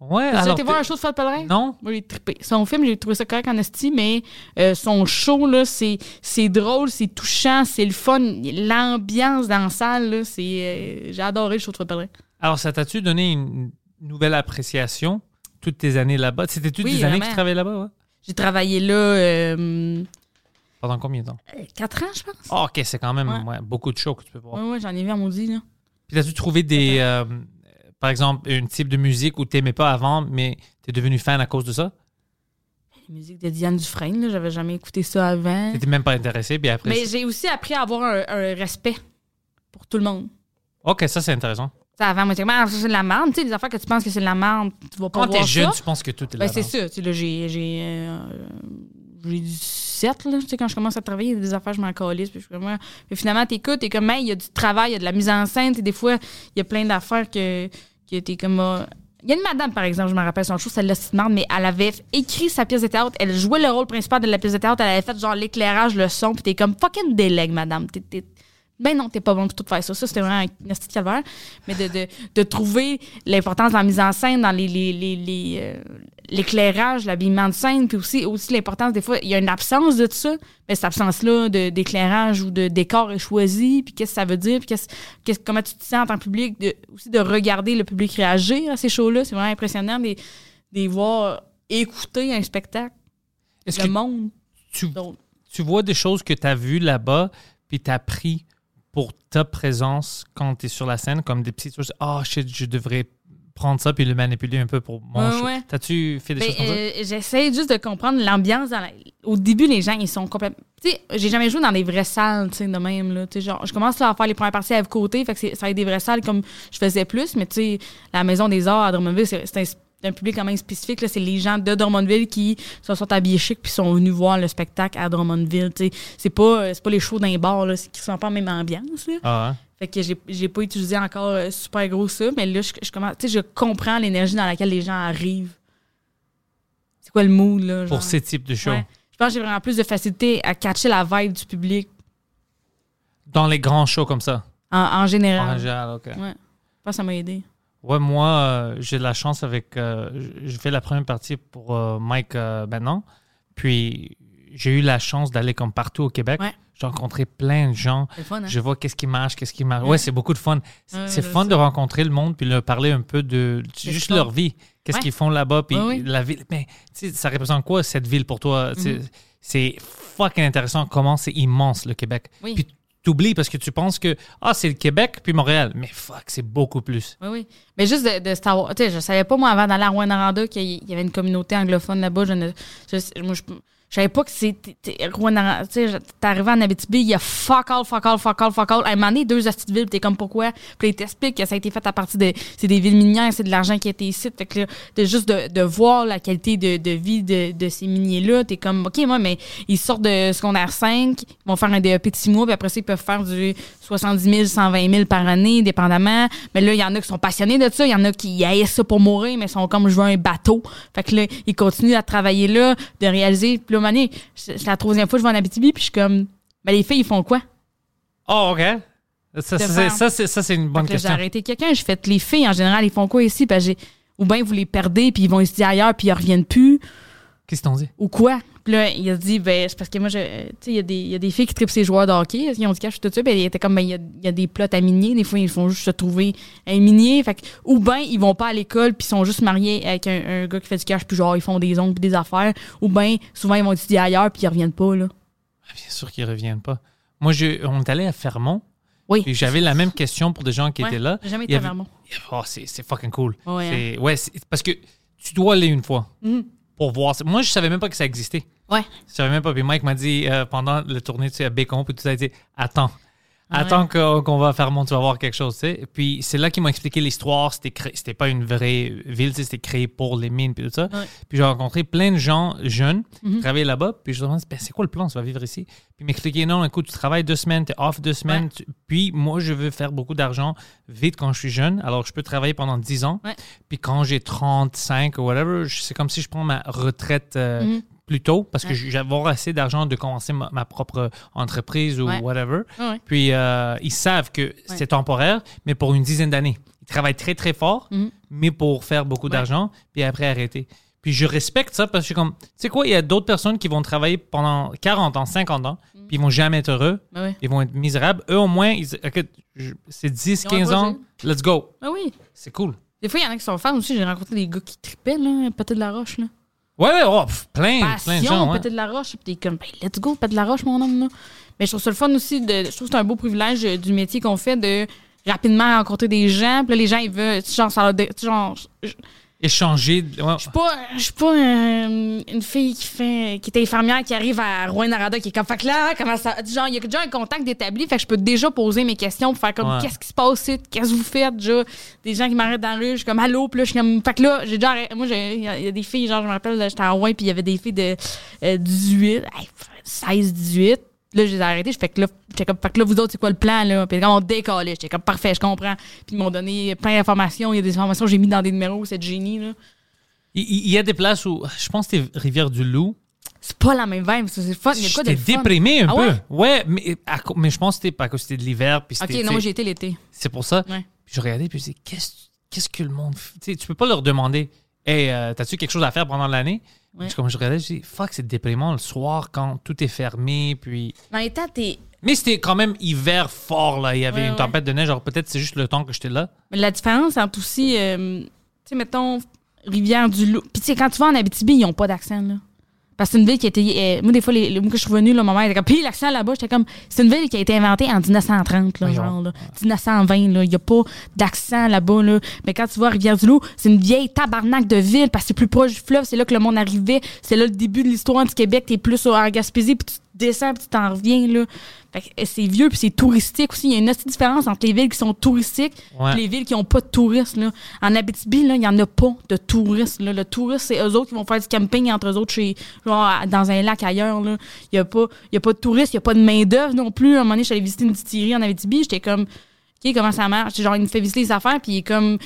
Ouais, T'as déjà alors. été voir t'es- un show de Fred Pellerin? Non? Moi, j'ai trippé. Son film, j'ai trouvé ça correct en esti, mais euh, son show, là, c'est, c'est drôle, c'est touchant, c'est le fun. L'ambiance dans la salle, là, c'est... euh, j'ai adoré le show de Fred Pellerin. Alors, ça t'a-tu donné une nouvelle appréciation toutes tes années là-bas? C'était toutes Oui, des années que tu vraiment. travaillais là-bas, ouais? J'ai travaillé là euh, Pendant combien de temps? 4 ans, je pense. Ah, ok, c'est quand même Ouais. ouais, beaucoup de shows que tu peux voir. Oui, oui, j'en ai vu à maudit, là. Puis as-tu trouvé des. euh, par exemple, un type de musique où t'aimais pas avant, mais t'es devenu fan à cause de ça? Hein? La musique de Diane Dufresne, là, j'avais jamais écouté ça avant. T'étais même pas intéressé, puis après. Mais j'ai aussi appris à avoir un, un respect pour tout le monde. Ok, ça c'est intéressant. Tu sais, avant, moi, j'étais comme, Ah, ça, c'est de la merde. Tu sais, les affaires que tu penses que c'est de la merde, tu vas pas Quand voir t'es jeune, ça. tu penses que tout est Ben, là. c'est ça. Tu sais, là, j'ai... J'ai, euh, j'ai 17, là. Tu sais, quand je commence à travailler, il y a des affaires, je m'en calisse. Puis je suis comme, Ah. Mais finalement, t'écoutes, t'es comme, Hey, il y a du travail, il y a de la mise en scène. Tu sais, des fois, il y a plein d'affaires que, que t'es comme... Ah. Il y a une madame, par exemple, je me rappelle son show, celle-là, c'est marde, mais elle avait écrit sa pièce de théâtre, elle jouait le rôle principal de la pièce de théâtre, elle avait fait genre l'éclairage, le son, puis t'es comme fucking délègue, madame. T'es- t'es- ben non, t'es pas bon pour tout faire ça. Ça, c'était vraiment un petit calvaire. Mais de, de, de trouver l'importance de la mise en scène, dans les, les, les, les, euh, l'éclairage, l'habillement de scène, puis aussi, aussi l'importance, des fois, il y a une absence de ça, mais cette absence-là de- d'éclairage ou de décor est choisie, puis qu'est-ce que ça veut dire, puis qu'est-ce, qu'est-ce- comment tu te sens en tant que public, de, aussi de regarder le public réagir à ces shows-là, c'est vraiment impressionnant de, de les voir écouter un spectacle, Est-ce le que monde. tu, Donc, tu vois des choses que t'as vues là-bas, puis t'as pris pour ta présence quand t'es sur la scène, comme des petites choses. Ah, shit, je devrais prendre ça puis le manipuler un peu pour mon Ouais, show. ouais. T'as-tu fait des Ben, choses comme ça? euh, J'essaie juste de comprendre l'ambiance. dans la- Au début, les gens, ils sont complètement. Tu sais, j'ai jamais joué dans des vraies salles, tu sais, de même, là. Tu sais, genre, je commence là, à faire les premières parties à côté, fait que c'est- ça va être des vraies salles comme je faisais plus, mais tu sais, la Maison des Arts à Drummondville, c'est c'est un, c'est un public quand même spécifique, là. C'est les gens de Drummondville qui se sont habillés chic puis sont venus voir le spectacle à Drummondville, tu sais. C'est pas, euh, c'est pas les shows d'un bar, là. C'est qu'ils sont pas en même ambiance, là. Ah, hein. Fait que j'ai- j'ai pas utilisé encore euh, super gros ça, mais là, je, je commence, tu sais, je comprends l'énergie dans laquelle les gens arrivent. C'est quoi le mood, là? genre? Pour ces types de shows. Ouais. Je pense que j'ai vraiment plus de facilité à catcher la vibe du public Dans les grands shows comme ça. en, en général. En général, ok. Ouais. Je pense que ça m'a aidé. Ouais, moi, euh, j'ai de la chance avec. euh, je- je fais la première partie pour euh, Mike euh, maintenant. Puis, j'ai eu la chance d'aller comme partout au Québec. Ouais. J'ai rencontré plein de gens. C'est le fun, hein? Je vois qu'est-ce qui marche, qu'est-ce qui marche. Ouais, Ouais. c'est beaucoup de fun. C'est Ouais, c'est là, fun ça. de rencontrer le monde puis leur parler un peu de C'est juste ça. leur vie. Qu'est-ce Ouais. qu'ils font là-bas. Puis, Ouais, ouais. la ville. Mais, tu sais, ça représente quoi, cette ville pour toi? Tu sais, Mhm. C'est fucking intéressant comment c'est immense, le Québec. Oui. Puis, t'oublies parce que tu penses que, ah, c'est le Québec puis Montréal. Mais fuck, c'est beaucoup plus. Oui, oui. Mais juste de, de savoir. Tu sais, je savais pas, moi, avant d'aller à Rwanda, qu'il y- il y avait une communauté anglophone là-bas. Je ne. je- moi, je, je savais pas que c'est. t'es- t'es- Rwanda. Tu sais, je- t'es arrivé en Abitibi, il y a fuck all, fuck all, fuck all, fuck all. À un moment donné, deux hosties de villes, t'es comme pourquoi? Puis là, ils t'expliquent que ça a été fait à partir de. C'est des villes minières, c'est de l'argent qui a été ici. Fait que là, de juste de, de voir la qualité de, de vie de, de ces miniers-là, t'es comme, OK, moi, mais ils sortent de secondaire 5, ils vont faire un DEP de 6 mois, puis après ça, ils peuvent faire du 70 000, 120 000 par année, dépendamment. Mais là, il y en a qui sont passionnés de ça, il y en a qui haïssent ça pour mourir, mais sont comme, je veux un bateau. Fait que là, ils continuent à travailler là, de réaliser. Puis là, à un moment donné, c'est c'est la troisième fois que je vais en Abitibi, puis je suis comme, mais les filles, ils font quoi? Oh, OK. Ça, De ça, c'est- faire. ça, c'est, ça, c'est une bonne Fait que là, j'ai question. arrêté quelqu'un, j'ai fait les filles en général, ils font quoi ici? Ben, j'ai- ou bien vous les perdez, puis ils vont ici ailleurs, puis ils reviennent plus. Qu'est-ce qu'ils t'ont dit? ou quoi? Puis là, il a dit, ben, c'est parce que moi, je, euh, tu sais, il y, a des- il y a des filles qui tripent ces joueurs de hockey, ils ont du cash, tout ça, ben, il était comme, ben, il y a, il y a des plots à minier, des fois, ils font juste se trouver un minier, fait que, ou ben, ils vont pas à l'école, puis ils sont juste mariés avec un, un gars qui fait du cash, puis genre, ils font des ongles, puis des affaires, ou ben, souvent, ils vont étudier ailleurs, puis ils reviennent pas, là. Ah, Bien sûr qu'ils reviennent pas. Moi, je- on est allé à Fermont Oui. et j'avais la même question pour des gens qui Ouais, étaient là. j'ai Jamais Il y été avait- vraiment. Oh, c'est c'est fucking cool. Ouais, hein. C'est- ouais, c'est- parce que tu dois aller une fois Mhm. pour voir. ça. Moi, je savais même pas que ça existait. Ouais. Je savais même pas. Puis Mike m'a dit euh, pendant le tournée tu sais, à Bécon, puis tout ça, il a dit Attends. Attends euh, qu'on qu'on va faire mon, tu vas voir quelque chose. tu sais. Puis c'est là qu'ils m'ont expliqué l'histoire. C'était cré- c'était pas une vraie ville, tu sais, c'était créé pour les mines, puis tout ça. Ouais. Mhm. Puis j'ai rencontré plein de gens jeunes qui travaillaient là-bas. Puis je leur ai dit, Ben, c'est quoi le plan, tu vas vivre ici? Puis ils m'expliquaient, non, écoute, tu travailles deux semaines, tu es off deux semaines. tu- Puis moi, je veux faire beaucoup d'argent vite quand je suis jeune. Alors je peux travailler pendant 10 ans. Ouais. Puis quand j'ai 35 ou whatever, je- c'est comme si je prends ma retraite euh, Mhm. plus tôt parce que Ouais. j'avais assez d'argent de commencer ma, ma propre euh, entreprise ou Ouais. whatever. Ah ouais. Puis euh, ils savent que c'est temporaire, mais pour une dizaine d'années. Ils travaillent très, très fort, Mhm. mais pour faire beaucoup Ouais. d'argent, puis après arrêter. Puis je respecte ça parce que je suis comme, tu sais quoi, il y a d'autres personnes qui vont travailler pendant 40 ans, 50 ans, Mhm. puis ils vont jamais être heureux, Ben ouais. ils vont être misérables. Eux, au moins, ils, ok, je- c'est 10, Ils ont 15 ans, let's go. Ben oui. C'est cool. Des fois, il y en a qui sont fans aussi, j'ai rencontré des gars qui tripaient, là, peut-être de la roche, là. Ouais, ouais, oh, pff, plein, plein de gens. passion, ouais. Pâté de la Roche. Puis t'es comme, ben, let's go, Pâté de la Roche, mon homme. Là. Mais je trouve ça le fun aussi. De, je trouve que c'est un beau privilège euh, du métier qu'on fait de rapidement rencontrer des gens. Puis là, les gens, ils veulent. tu sais, Genre, ça leur dé- tu sais, genre, je je Échanger. ouais. suis pas, je suis pas euh, une fille qui fait qui est infirmière qui arrive à Rouen-Narada qui est comme, fait que là, comment ça. tu sais, Genre, il y a déjà un contact d'établi. Fait que je peux déjà poser mes questions pour faire comme, Ouais. qu'est-ce qui se passe ici? Qu'est-ce que vous faites? Déjà, des gens qui m'arrêtent dans la rue. Je suis comme, allô? Puis là, je suis comme, fait que là, j'ai déjà. arrêt- Moi, j'ai- il y, a- il y a des filles, genre, je me rappelle, là, j'étais à Rouen, puis il y avait des filles de euh, 18, hey, 16, 18. Là, je les ai arrêtés. Je fais que là, j'étais comme, fait que là, vous autres, c'est quoi le plan, là? Puis quand on décollait, j'étais comme, parfait, je comprends. Puis ils m'ont donné plein d'informations. Il y a des informations que j'ai mis dans des numéros, c'est de génie, là. Il, il- il y a des places où, je pense que c'était Rivière-du-Loup, C'est pas la même vibe, ça, c'est le fun. Ah, Il y a quoi de j'étais le fun? déprimé un Ah peu. ouais? mais, à co- mais je pense que c'était parce que c'était de l'hiver. puis Ok, c'était, non, tu moi, sais, j'ai été l'été. C'est pour ça. Ouais. Puis je regardais, puis je disais, qu'est-ce qu'est-ce que le monde. f- Tu sais, tu peux pas leur demander, hey, euh, t'as-tu quelque chose à faire pendant l'année? Ouais. Puis Comme je regardais, je dis, fuck, c'est déprimant le soir quand tout est fermé. Puis... Dans les temps, t'es. Mais c'était quand même hiver fort, là. Il y avait Ouais, une ouais. tempête de neige. Alors peut-être c'est juste le temps que j'étais là. Mais La différence entre aussi, euh, tu sais, mettons, Rivière-du-Loup. Puis, tu sais, quand tu vas en Abitibi, ils ont pas d'accent, là. Parce que c'est une ville qui a été. euh, moi, des fois, les, les- moi, que je suis venue, là, ma mère était comme. Puis, l'accent là-bas, j'étais comme. C'est une ville qui a été inventée en 1930, là, Voyons. genre, là. 1920, là. Il n'y a pas d'accent là-bas, là. Mais quand tu vois Rivière-du-Loup, c'est une vieille tabarnak de ville parce que c'est plus proche du fleuve. C'est là que le monde arrivait. C'est là le début de l'histoire du Québec. T'es plus au Gaspésie, puis tu descends, puis tu t'en reviens, là. Fait que euh, c'est vieux, puis c'est touristique aussi. Il y a une autre différence entre les villes qui sont touristiques Ouais. puis les villes qui n'ont pas de touristes. Là. En Abitibi, là, il n'y en a pas de touristes. Là. Le touriste, c'est eux autres qui vont faire du camping entre eux autres chez, genre, à- dans un lac ailleurs. là. Il n'y a, pas- il y a pas de touristes, il n'y a pas de main-d'œuvre non plus. À un moment donné, je suis allée visiter une distillerie en Abitibi. J'étais comme, OK, comment ça marche? Genre, il me fait visiter les affaires, puis il est comme.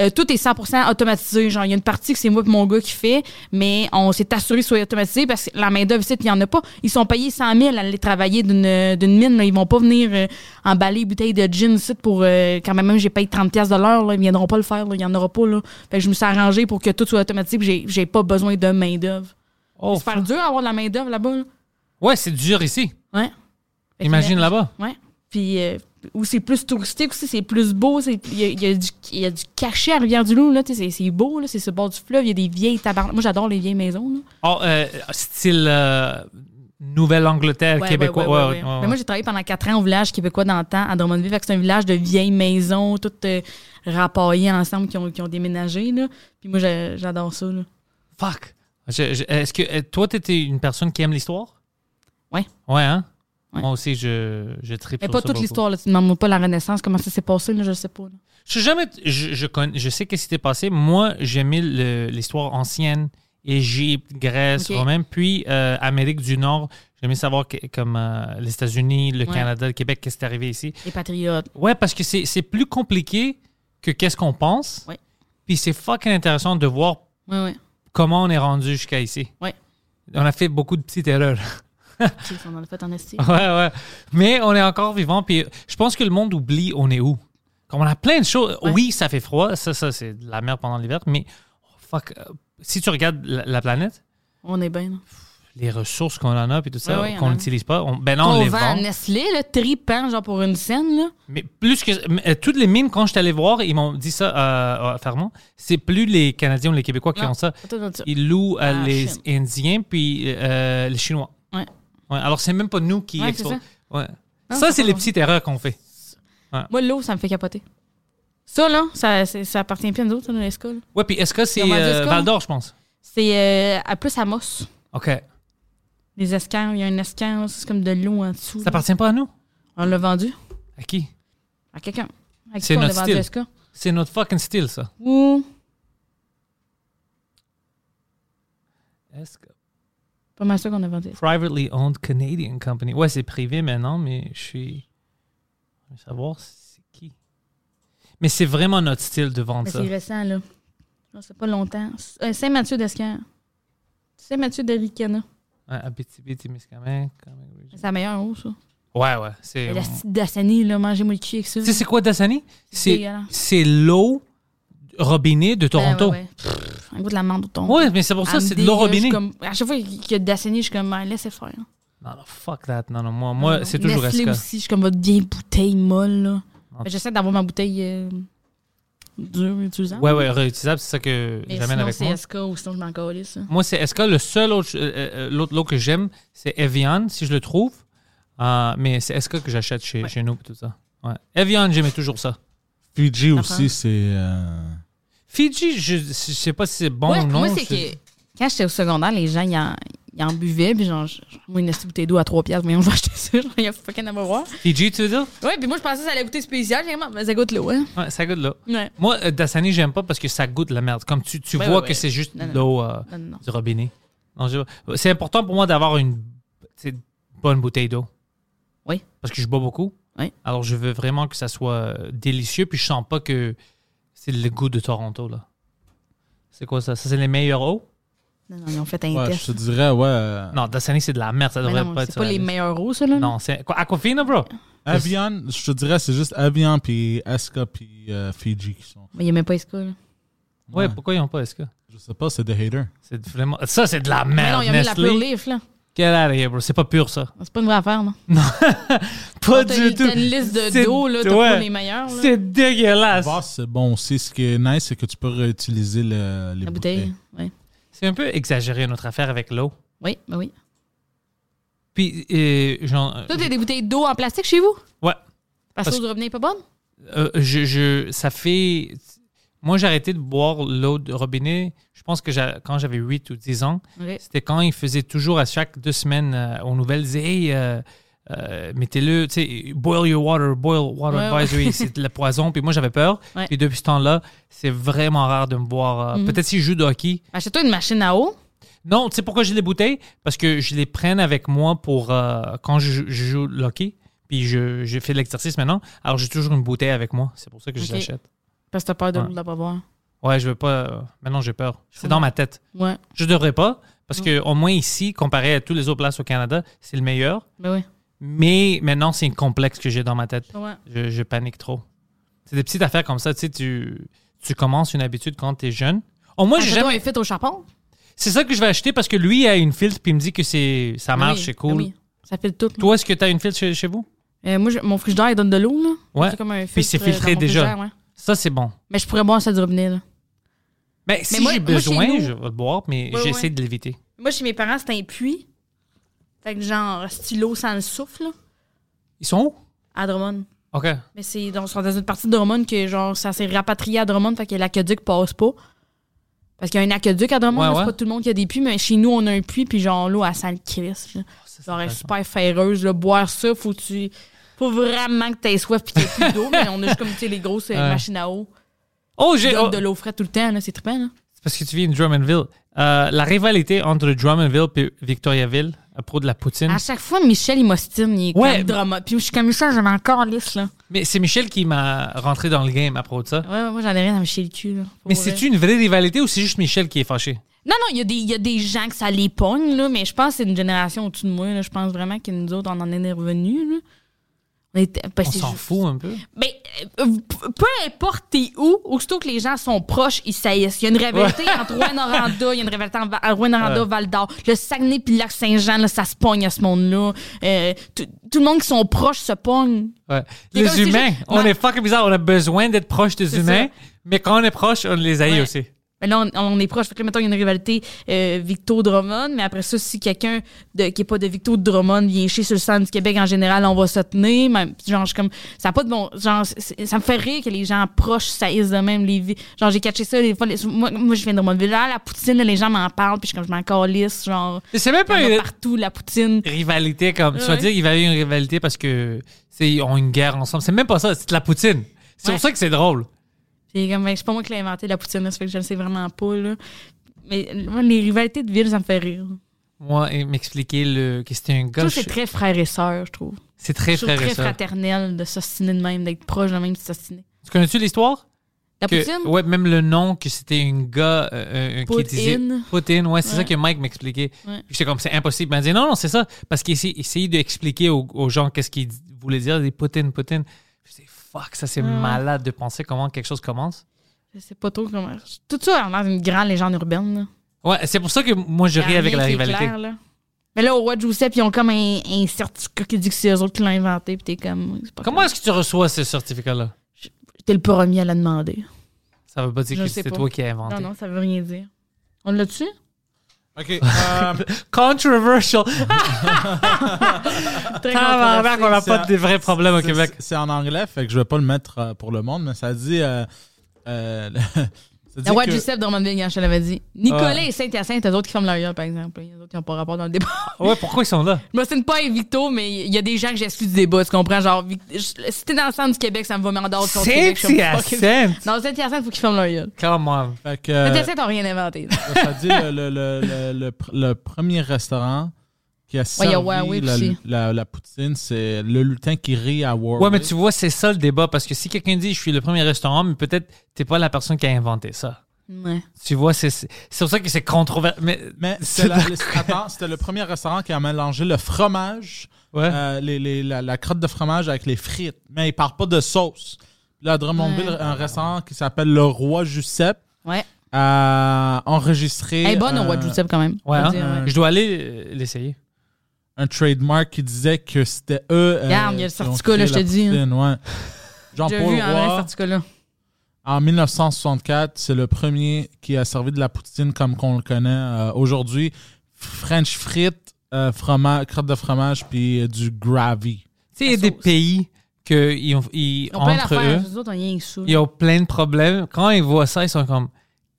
euh, tout est 100% automatisé. Genre, il y a une partie que c'est moi et mon gars qui fait, mais on s'est assuré que ce soit automatisé parce que la main-d'œuvre ici, il n'y en a pas. Ils sont payés 100 000 à aller travailler d'une d'une mine. Là. Ils vont pas venir euh, emballer les bouteilles de gin ici pour euh, quand même, j'ai payé 30 pièces de l'heure. là. Ils viendront pas le faire. là. Il n'y en aura pas. Là. Fait que je me suis arrangé pour que tout soit automatisé puis j'ai- j'ai pas besoin de main-d'œuvre. Oh, C'est super dur d'avoir de la main-d'œuvre là-bas. là. Ouais, c'est dur ici. Ouais. Fait que- Imagine là-bas. Ouais. Puis euh, où c'est plus touristique aussi, c'est plus beau. c'est- Il y, a- il y a du- il y a du cachet à Rivière-du-Loup. là, tu sais, C'est c'est beau. là, C'est ce bord du fleuve. Il y a des vieilles tabarnak. Moi, j'adore les vieilles maisons. là. Oh, euh, style euh, Nouvelle-Angleterre, Ouais, québécois. ouais, ouais, ouais, ouais, ouais. ouais, ouais. Mais moi, j'ai travaillé pendant quatre ans au village québécois dans le temps, à Drummondville. Fait que c'est un village de vieilles maisons, toutes euh, rapaillées ensemble, qui ont, qui ont déménagé. Là. Puis moi, j'a- j'adore ça. là. Fuck. Je- je- Est-ce que euh, toi, tu étais une personne qui aime l'histoire? Ouais. Ouais, hein? Ouais. Moi aussi, je, je tripe Mais sur pas ça toute beaucoup. l'histoire. là. Tu ne demandes pas la Renaissance, comment ça s'est passé, là, je sais pas. là. Je sais jamais. Je, je, connais- je sais qu'est-ce qui s'était passé. Moi, j'aimais le- l'histoire ancienne, Égypte, Grèce, Ok. Romaine, puis euh, Amérique du Nord. J'aimais savoir que- comme euh, les États-Unis, le Ouais. Canada, le Québec, qu'est-ce qui est arrivé ici. Les patriotes. Ouais, parce que c'est c'est plus compliqué que qu'est-ce qu'on pense. Ouais. Puis c'est fucking intéressant de voir Oui, oui. comment on est rendu jusqu'à ici. Ouais. On a fait beaucoup de petites erreurs. *laughs* On en a fait en esti. Ouais, ouais. Mais on est encore vivant. Puis je pense que le monde oublie on est où. Comme on a plein de choses. Ouais. Oui, ça fait froid. Ça, ça c'est de la merde pendant l'hiver. Mais oh, fuck. euh, Si tu regardes la, la planète, On est bien. là. les ressources qu'on en a puis tout ça Ouais, ouais, qu'on on en a. n'utilise pas. on- ben non, on Qu'on les vend à vend. Nestlé, là, tripant, genre pour une scène, là. Mais plus que mais, euh, toutes les mines quand je suis allé voir, ils m'ont dit ça euh, à Fermont. C'est plus les Canadiens ou les Québécois qui Non. ont ça. Attends, attends, attends. Ils louent à Ah, les Chine. Indiens puis euh, les Chinois. Ouais. Ouais, alors c'est même pas nous qui Ouais, c'est exportons. Ouais. Non, ça c'est c'est pas les bon. petites erreurs qu'on fait. Moi, l'eau, ça me fait capoter. Ça, là, ça, c'est- ça appartient plus à nous autres, hein, ça, le SK, là. Ouais, puis est-ce que c'est Comment dire, euh, c'est quoi? Val d'Or, je pense. C'est euh, à plus à Moss. Ok. Les escans, il y a un escan, c'est comme de l'eau en dessous. Ça là. appartient pas à nous. On l'a vendu À qui à quelqu'un. À qui C'est qu'on notre a vendu style. SK? C'est notre fucking style ça. Ou Est-ce que- pas mal sûr qu'on a vendu. SK. privately owned Canadian company. Ouais, c'est privé maintenant, mais je suis. Je veux savoir c'est qui. Mais c'est vraiment notre style de vendre Mais ça. Ben, c'est récent, là. Non, c'est pas longtemps. Euh, Saint-Mathieu d'Escan. Saint-Mathieu de Ricana. Ouais, Abitibi-Témiscamingue, Comic Region. C'est la meilleure eau, ça. Ouais, ouais. C'est. euh, Et La petite Dassani, là, mangez-moi le chi avec ça. Tu sais, c'est quoi Dasani? C'est dégueulasse. c'est l'eau robinet de Toronto. hein. Ben Ouais, ouais, ouais. Pff, un goût de la menthe au thon. Ouais, mais c'est pour ça, c'est de l'eau robinet. Comme, à chaque fois qu'il y a de Dassani, je suis comme, ah, laissez faire. Non, non, fuck that. Non, non, moi, moi c'est toujours Nestlé SK. aussi, je suis comme, votre bien bouteille molle, là. Ah. Ben, J'essaie d'avoir ma bouteille euh, dure, utilisable. Ouais, ouais, réutilisable, c'est ça que hein. Mais j'amène sinon, avec moi. c'est SK ou sinon, je m'en calisse, ça. Moi, c'est est-ce que le seul autre, euh, euh, l'autre lot que j'aime, c'est Evian, si je le trouve. Euh, mais c'est est-ce que que j'achète chez, Ouais. chez nous et tout ça. Ouais. Evian, j'aimais toujours ça. Fiji D'accord. aussi, c'est. euh, Fiji, je, je sais pas si c'est bon Ouais, ou non. Moi, c'est je- que quand j'étais au secondaire, les gens, ils en, ils en buvaient, puis genre, je- moi, une petite bouteille d'eau à 3 piastres, mais on va acheter ça, *laughs* genre, il y a fucking à me voir. Fiji, tu veux dire? Ouais, puis moi, je pensais que ça allait goûter spécial, j'ai dit, mais ça goûte l'eau, hein. Ouais, ça goûte là. Ouais. Moi, euh, Dasani, j'aime pas parce que ça goûte la merde. Comme tu, tu Ouais, vois ouais, que ouais. c'est juste Non, non, l'eau euh, Non, non, non. du robinet. Non, je- C'est important pour moi d'avoir une tu sais, bonne bouteille d'eau. Oui. Parce que je bois beaucoup. Oui. Alors, je veux vraiment que ça soit euh, délicieux, puis je sens pas que c'est le goût de Toronto, là. C'est quoi ça? Ça, c'est les meilleures eaux? Non, non, ils ont fait un ouais, test. je te dirais, ouais. euh, Non, Dasani, c'est de la merde. Ça Mais devrait non, pas être c'est ça, pas la les liste. meilleurs eaux, ça, là. Non, c'est... Quoi, Aquafina, bro? Avian, je te dirais, c'est juste Avian puis Aska puis euh, Fiji qui sont. Mais il y a même pas SK, là. Ouais, Ouais. pourquoi ils ont pas, est-ce que... Je sais pas, c'est des haters. C'est vraiment... Ça, c'est de la Mais merde, non, il y a mis la Nestlé. Pure Leaf, là. Get out of here, bro. C'est pas pur, ça. C'est pas une vraie affaire, non. Pas T'as du une tout. t'as une liste de C'est- dos, là, t'as ouais. pas les meilleurs, là. C'est dégueulasse. Voss, c'est bon aussi. Ce qui est nice, c'est que tu peux réutiliser le, les La bouteilles. bouteille, ouais. C'est un peu exagéré, notre affaire avec l'eau. Oui, ben oui. Puis, euh, genre... euh, Toi, t'as des bouteilles d'eau en plastique chez vous? Ouais. Parce Parce- que l'eau de robinet est pas bonne? Euh, je, je- ça fait. Moi, j'ai arrêté de boire l'eau de robinet. Je pense que j'a- quand j'avais 8 ou 10 ans, Ouais. c'était quand ils faisaient toujours à chaque deux semaines euh, aux nouvelles, ils disaient, hey, euh, euh, mettez-le, tu sais, boil your water, boil water Ouais, advisory, c'est de la poison. Puis moi, j'avais peur. Ouais. Puis depuis ce temps-là, c'est vraiment rare de me boire. euh, Mhm. Peut-être si je joue de hockey. Achète-toi une machine à eau. Non, tu sais pourquoi j'ai les bouteilles? Parce que je les prenne avec moi pour euh, quand je, je joue le hockey. Puis je, je fais de l'exercice maintenant. Alors j'ai toujours une bouteille avec moi. C'est pour ça que je Ok. l'achète. Parce que t'as peur de Ouais. l'eau de la pas boire. Ouais, je veux pas. euh, Maintenant, j'ai peur. C'est comprends. dans ma tête. Ouais, Je devrais pas, parce Mm. que au moins ici, comparé à toutes les autres places au Canada, c'est le meilleur. ben oui. Mais maintenant, c'est un complexe que j'ai dans ma tête. Ouais. Je, je panique trop. C'est des petites affaires comme ça. Tu sais, tu, tu commences une habitude quand t'es jeune. Au moins, j'ai Achète-toi jamais. un fit au chapon. C'est ça que je vais acheter parce que lui a une filtre puis il me dit que c'est ça marche, Ben Oui, c'est cool. oui. Ça fait le tout. Toi, est-ce que t'as une filtre chez, chez vous? Euh, moi, je- mon frigidaire, il donne de l'eau, là. Ouais. C'est comme un Puis c'est filtre, euh, filtré dans mon déjà. frigidaire, ouais. Ça, c'est bon. Mais je pourrais boire ça du robinet, là. Mais si moi- j'ai moi, chez besoin, nous- je vais le boire, mais Ouais, j'essaie ouais. de l'éviter. Moi, chez mes parents, c'était un puits. Fait que genre, stylo sans le souffle, là, Ils sont où? à Drummond. OK. Mais c'est donc, sont dans une partie de Drummond que genre, ça s'est rapatrié à Drummond, fait que l'aqueduc passe pas. Parce qu'il y a un aqueduc à Drummond, Ouais, là, c'est ouais. pas tout le monde qui a des puits, mais chez nous, on a un puits, puis genre, l'eau, elle sent le crisp, là. Ça, c'est Genre, elle est intéressant. super ferreuse, là. Boire ça, faut que tu. Faut vraiment que t'aies soif pis que t'aies plus *laughs* d'eau, mais on a juste comme, tu sais, les grosses euh, Ouais. machines à eau. Oh, Qui j'ai. donnent oh, de l'eau fraîche tout le temps, là. C'est trippant, là. C'est parce que tu viens de Drummondville. Euh, la rivalité entre Drummondville et Victoriaville à propos de la poutine. À chaque fois, Michel, il m'ostine. Il est Mm. Ouais. comme drama. Puis je suis comme Michel, j'en ai encore lisse, là. Mais c'est Michel qui m'a rentré dans le game à propos de ça. Ouais, ouais, moi, j'en ai rien à me chier le cul, là. Pour Mais vrai. Ah, c'est-tu une vraie rivalité ou c'est juste Michel qui est fâché? Non, non, il y, a des- il y a des gens que ça les pogne, là. Mais je pense que c'est une génération au-dessus de moi, là. Je pense vraiment que nous autres, on en est revenus, là. On était- ben, On c'est s'en juste- fout un peu. Mais euh, peu importe t'es où, aussitôt que les gens sont proches, ils saillissent. Il y a une rivalité entre Rouen-Noranda, il y a une rivalité entre Va- euh, Rouen-Noranda, Val-d'Or. Le Saguenay puis le Lac-Saint-Jean, là, ça se pogne à ce monde-là. Euh, tout tout le monde qui sont proches se pogne. Ouais. C'est comme Les si humains, je- on Ouais. est fucking bizarre. On a besoin d'être proche des C'est humains, ça. mais quand on est proche, on les haït Ouais. aussi. Mais là, on, on est proche. Fait que là, mettons, il y a une rivalité euh, Victo-Drummond. Mais après ça, si quelqu'un de- qui n'est pas de Victo-Drummond vient chier sur le centre du Québec en général, on va se tenir. Même, genre, je suis comme. Ça a pas de bon. Genre, c'est- ça me fait rire que les gens proches saillissent de même. Les vies. Genre, j'ai catché ça. Des fois, les- moi, moi, je viens de Drummondville. Là, la poutine, là, les gens m'en parlent. Puis je suis comme, je m'en calisse. Genre, Mais C'est même il y en pas a une partout, la poutine. rivalité comme. Tu vas Ouais. dire qu'il va y avoir une rivalité parce que c'est ils ont une guerre ensemble. C'est même pas ça, c'est de la poutine. C'est Ouais. pour ça que c'est drôle. Puis comme, ben, c'est pas moi qui l'ai inventé, la poutine. Là, ça fait que je ne sais vraiment pas. Là. Mais moi, les rivalités de ville, ça me fait rire. Moi, et m'expliquer le, que c'était un Ça, gars. c'est je- très frère et sœur, je trouve. C'est très Je trouve frère et très sœur. fraternel de s'ostiner de même, d'être proche de même, de s'ostiner. Tu connais-tu l'histoire? La Que- poutine? Ouais, même le nom que c'était un gars euh, euh, qui Poutine. disait. Poutine, ouais, c'est Ouais. ça que Mike m'expliquait. Ouais. Puis J'étais comme, c'est impossible. Ben, Il m'a dit, non, non, c'est ça. Parce qu'il essayait, essayait d'expliquer aux, aux gens qu'est-ce qu'il d- voulait dire, des Poutine, Poutine. Je dis, fuck, ça c'est Ouais. malade de penser comment quelque chose commence. Je sais pas trop comment. Tout ça a l'air d'une grande légende urbaine. Là. Ouais, c'est pour ça que moi je Y a ris avec rien la qui est rivalité. clair, là. Mais là, au roi de Giuseppe, ils ont comme un, un certificat qui dit que c'est eux autres qui l'ont inventé, puis t'es comme. c'est pas Comment grave. est-ce que tu reçois ce certificat-là? T'es le premier à la demander. Ça veut pas dire Je que sais c'est pas. toi qui as inventé. Non, non, ça veut rien dire. On l'a dessus? OK. *laughs* euh, Controversial. Très Tabarnak, on controversé. n'a c'est pas un- de vrais problèmes au c'est- Québec. c'est- C'est en anglais, fait que je vais pas le mettre euh, pour le monde, mais ça dit... euh, euh, *laughs* ça dit Le roi que- de Giuseppe, Drummondville, Gage, je te l'avais dit. Nicolas Ah. et Saint-Hyacinthe, eux autres qui ferment leur gueule, par exemple. Les autres, ils n'ont pas rapport dans le débat. Ouais, pourquoi ils sont là? Je me signe pas avec Victo, mais il y a des gens que j'exclus du débat, tu comprends? Genre, Vic- je- si t'es dans le centre du Québec, ça me va, mais en dehors du centre du Québec, je suis pas- Saint-Hyacinthe! Euh, Dans Saint-Hyacinthe, faut qu'ils ferment leur gueule. Come on. fait que, euh, Saint-Hyacinthe n'a rien inventé. là. ça dit le, le, le, le, le pr- le premier restaurant qui a servi il y a Huawei la, aussi. la- la poutine, c'est le lutin qui rit à Warwick. Ouais, mais tu vois, c'est ça le débat. Parce que si quelqu'un dit je suis le premier restaurant, mais peut-être t'es pas la personne qui a inventé ça. Ouais. Tu vois, c'est c'est c'est pour ça que c'est controversé. Mais, Mais c'est c'est la- la- attends, c'était le premier restaurant qui a mélangé le fromage, ouais. euh, les, les- la, la crotte de fromage avec les frites. Mais il parle pas de sauce. Là, à Drummondville, Ouais. un restaurant qui s'appelle Le Roi Giuseppe Ouais. a enregistré euh, Elle est bonne au un, roi de Giuseppe, quand même. Ouais, Faut hein? dire, ouais. Je dois aller euh, l'essayer. un trademark qui disait que c'était eux. euh, Regarde, il y a le qui ont certificat, là, créé je la te dis, hein. poutine, ouais. J'ai Jean-Paul vu en vrai, cet Roy, article-là. En 1964, c'est le premier qui a servi de la poutine comme qu'on le connaît euh, aujourd'hui. French frites, euh, fromage, crotte de fromage, puis euh, du gravy. Tu sais, il y a La des sauce. pays que ils ont- ils- Ils ont plein entre d'affaires, eux, nous autres, on a rien que ça. ils ont plein de problèmes. Quand ils voient ça, ils sont comme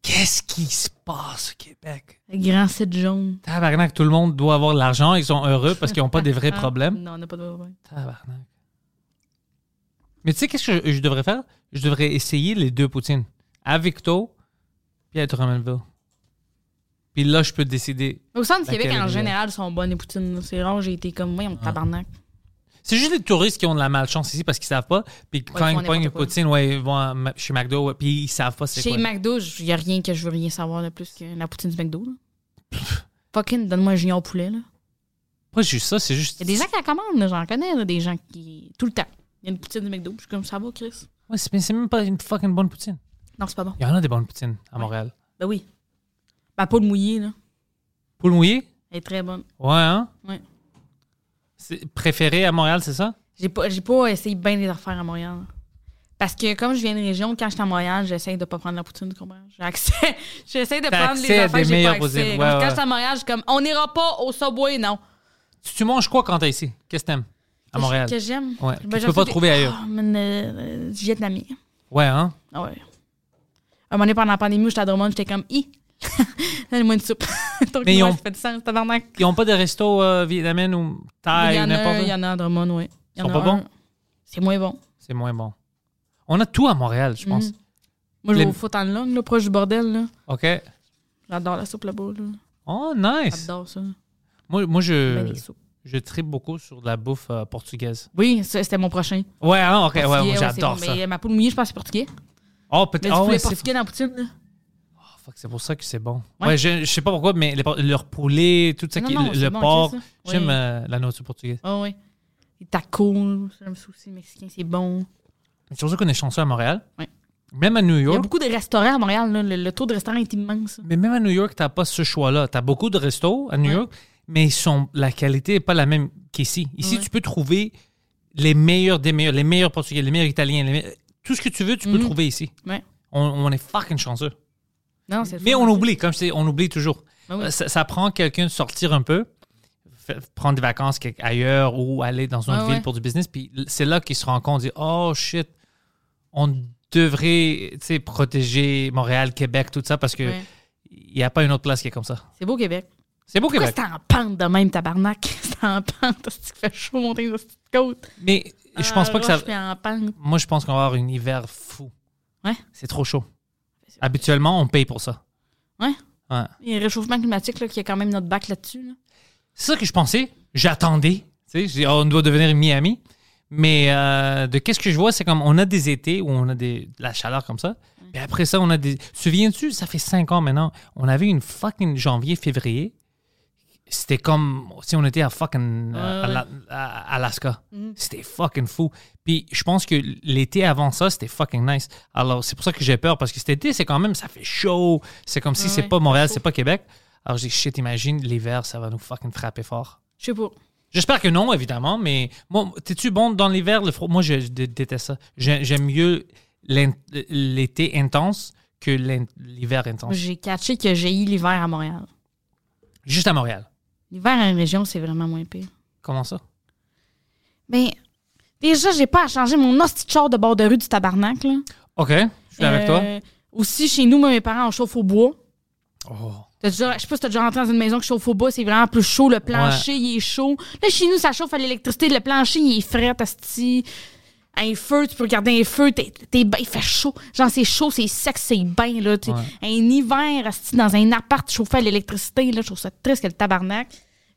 Qu'est-ce qui se passe au Québec? Le Grand site jaune. Tabarnak, tout le monde doit avoir de l'argent. Ils sont heureux parce qu'ils n'ont pas des vrais *laughs* Ah, problèmes. Non, on n'a pas de problème. Tabarnak. Mais tu sais, qu'est-ce que je, je devrais faire? Je devrais essayer les deux poutines. À Victo, puis à Drummondville. Puis là, je peux décider. Au centre du Laquelle Québec, en est général, sont bonnes les poutines. là. C'est rare, j'ai été comme, voyons, Ah. tabarnak. C'est juste les touristes qui ont de la malchance ici parce qu'ils savent pas. Puis quand font ils n'importe pognent une quoi. poutine, ouais, ils vont à Ma- chez McDo, ouais, puis ils savent pas c'est Chez quoi. McDo, il n'y a rien que je veux rien savoir de plus que la poutine du *laughs* McDo. là. Fucking, donne-moi un gion au poulet, là. Pas juste ça, c'est juste. Il y a des gens qui la commandent, là, j'en connais, là, des gens qui. Tout le temps. Il y a une poutine du McDo, puis je suis comme ça va, Chris. Ouais, c'est mais c'est même pas une fucking bonne poutine. Non, c'est pas bon. Il y en a des bonnes poutines à Montréal. Ben oui. Ma peau de mouillée, là. Poule mouillée? Elle est très bonne. Ouais, hein? Ouais. C'est préféré à Montréal, c'est ça? J'ai pas, j'ai pas essayé bien les affaires à Montréal. là. Parce que comme je viens de région, quand je suis à Montréal, j'essaye de pas prendre la poutine, tu comprends? J'ai accès- *laughs* J'essaie de T'as prendre les accès à affaires des que j'ai pas meilleures accès. poutines, Comme ouais, Quand ouais. je suis à Montréal, je suis comme, on n'ira pas au Subway, non. Tu, tu manges quoi quand t'es ici? Qu'est-ce que t'aimes à Montréal? Que j'aime. Ouais, que tu j'en peux pas fais- trouver ailleurs. Ah, man, euh, euh, du vietnamien. Ouais, hein? Ah Ouais. À un moment donné, pendant la pandémie, j'étais à Drummond, j'étais comme, *laughs* i. Donnez-moi une soupe. *laughs* Donc, Mais ils moi, ont- ça fait du sens, tabarnak. Ils n'ont pas de resto euh, vietnamien ou il y thaï ou en a, n'importe un, il y quoi. en a à Drummond, oui. Il y Sont en a pas un. bons? C'est moins bon. C'est moins bon. On a tout à Montréal, je pense. Mhm. Moi, je Les- vais au foot en langue, là, proche du bordel, là. OK. J'adore la soupe là-bas, là. Oh, nice. J'adore ça. Euh, Moi, moi Ben, je, les soupes. je tripe beaucoup sur de la bouffe euh, portugaise. Oui, ça, c'était mon prochain. Ouais, hein? OK, ouais, Portugais, moi, ouais, j'adore c'est ça. bon. Mais ma poule mouillée, je pense que c'est portugais. Oh, Mais peut-être. du ah, poulet ouais, c'est portugais dans la poutine, là. oh, fuck, c'est pour ça que c'est bon. Ouais. Ouais, je, je sais pas pourquoi, mais les por- leur poulet, tout ça, Non, qui- non, le, c'est le bon, porc. c'est ça. J'aime Oui. euh, la nourriture portugaise. Ah oui. Les tacos, j'aime ça aussi, mexicain, c'est bon. C'est pour ça qu'on est chanceux à Montréal. Ouais. Même à New Il y a York. beaucoup de restaurants à Montréal, là. Le, le taux de restaurants est immense. Mais même à New York, t'as pas ce choix-là. T'as beaucoup de restos à New Ouais. York, mais ils sont, la qualité n'est pas la même qu'ici. Ici, Ouais. tu peux trouver les meilleurs des meilleurs, les meilleurs portugais, les meilleurs italiens, les meilleurs- tout ce que tu veux, tu peux Mhm. trouver ici. Ouais. On, on est fucking chanceux. Non, c'est le Mais fun, on là. oublie, comme je dis, on oublie toujours. Ben oui. Euh, Ça, ça prend quelqu'un de sortir un peu, fa- prendre des vacances quelque- ailleurs ou aller dans une Ouais, autre ville Ah ouais. pour du business. Puis l- c'est là qu'ils se rendent compte, ils disent, oh shit, on devrait tu sais, protéger Montréal, Québec, tout ça, parce que Ouais. il n'y a pas une autre place qui est comme ça. C'est beau, Québec. C'est beau Pourquoi Québec. c'est en pente de même, tabarnak? *laughs* C'est en pente, c'est qu'il fait chaud monter sur cette côte. Mais Ah, je pense pas que ça. Je suis en pente. Moi, je pense qu'on va avoir un hiver fou. Ouais. C'est trop chaud. Habituellement, on paye pour ça. Ouais. Ouais. Il y a le réchauffement climatique là, qui a quand même notre bac là-dessus. là. C'est ça que je pensais. J'attendais. Tu sais, je dis, oh, on doit devenir Miami. Mais euh, de qu'est-ce que je vois, c'est comme on a des étés où on a des, de la chaleur comme ça. Et après ça, on a des. Souviens-tu, ça fait cinq ans maintenant, on avait une fucking janvier, février. C'était comme si on était à fucking euh, Ouais, ouais. Ala- à- Alaska. Mhm. C'était fucking fou. Puis je pense que l'été avant ça, c'était fucking nice. Alors c'est pour ça que j'ai peur parce que cet été, c'est quand même, ça fait chaud. C'est comme si Ouais, c'est ouais, pas c'est Montréal, chaud. c'est pas Québec. Alors j'ai dit, shit, imagine, l'hiver, ça va nous fucking frapper fort. Je sais pas. J'espère que non, évidemment, mais moi, t'es-tu bon dans l'hiver, le froid? Moi, je, dé- déteste ça. J'ai- J'aime mieux l'in- l'été intense que l'in- l'hiver intense. J'ai catché que j'ai eu l'hiver à Montréal. Juste à Montréal. L'hiver en région, c'est vraiment moins pire. Comment ça? Ben, déjà, j'ai pas à changer mon hostie de char de bord de rue du tabarnak. Là. OK, je suis avec toi. Euh, Aussi, chez nous, moi, mes parents, on chauffe au bois. Oh. T'as déjà, je sais pas si t'as déjà rentré dans une maison qui chauffe au bois, c'est vraiment plus chaud, le plancher, il est chaud. Là, chez nous, ça chauffe à l'électricité, le plancher, il est frais, asti. Un feu, tu peux regarder un feu, t'es, t'es ben- il fait chaud. Genre, c'est chaud, c'est sec, c'est bien, là. tu sais. Ouais. Un hiver, asti, dans un appart chauffé à l'électricité, là, je trouve ça triste que le tabarnak.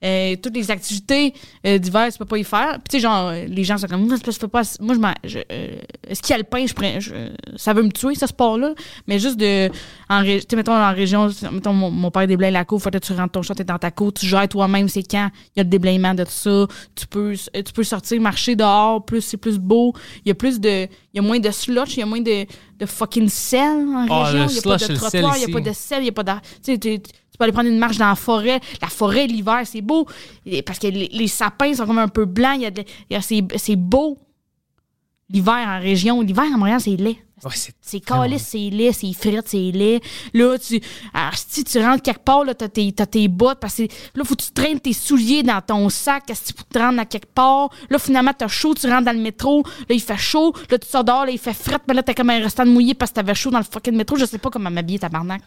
Euh, toutes les activités euh, d'hiver, tu peux pas y faire. Puis, tu sais, genre, euh, les gens sont comme, moi, je peux pas, moi, je m'en, je, euh, ski alpin, je prends, je- Euh, ça veut me tuer, ce sport-là. Mais juste de, en, ré- tu sais, mettons, en région, mettons, mon, mon père déblaye la cour, faut que tu rentres ton chat, t'es dans ta cour, tu gères toi-même, c'est quand il y a le déblayement de tout ça. Tu peux, euh, tu peux sortir, marcher dehors, plus, c'est plus beau. Il y a plus de, il y a moins de slush, il y a moins de, de fucking sel en Ah, région. le Il y a pas slush, de le sel trottoir, il y a ici. pas de sel, il y a pas d'ar- Tu sais, tu- tu peux aller prendre une marche dans la forêt. La forêt, l'hiver, c'est beau. Et- Parce que les, les sapins sont comme un peu blancs. Il y a de- il y a- c'est, c'est beau. L'hiver en région. L'hiver à Montréal, c'est laid. Ouais, c'est C'est Vraiment. calice, c'est laid, c'est frette, c'est laid. Là, tu, ah, si tu rentres quelque part, là, t'as tes, t'as tes bottes, parce que là, faut que tu traînes tes souliers dans ton sac, si tu te rendre à quelque part. Là, finalement, t'as chaud, tu rentres dans le métro, là, il fait chaud, là, tu sors dehors, là, il fait frette, mais là, t'as comme un restant de mouillé parce que t'avais chaud dans le fucking métro. Je sais pas comment m'habiller, tabarnak.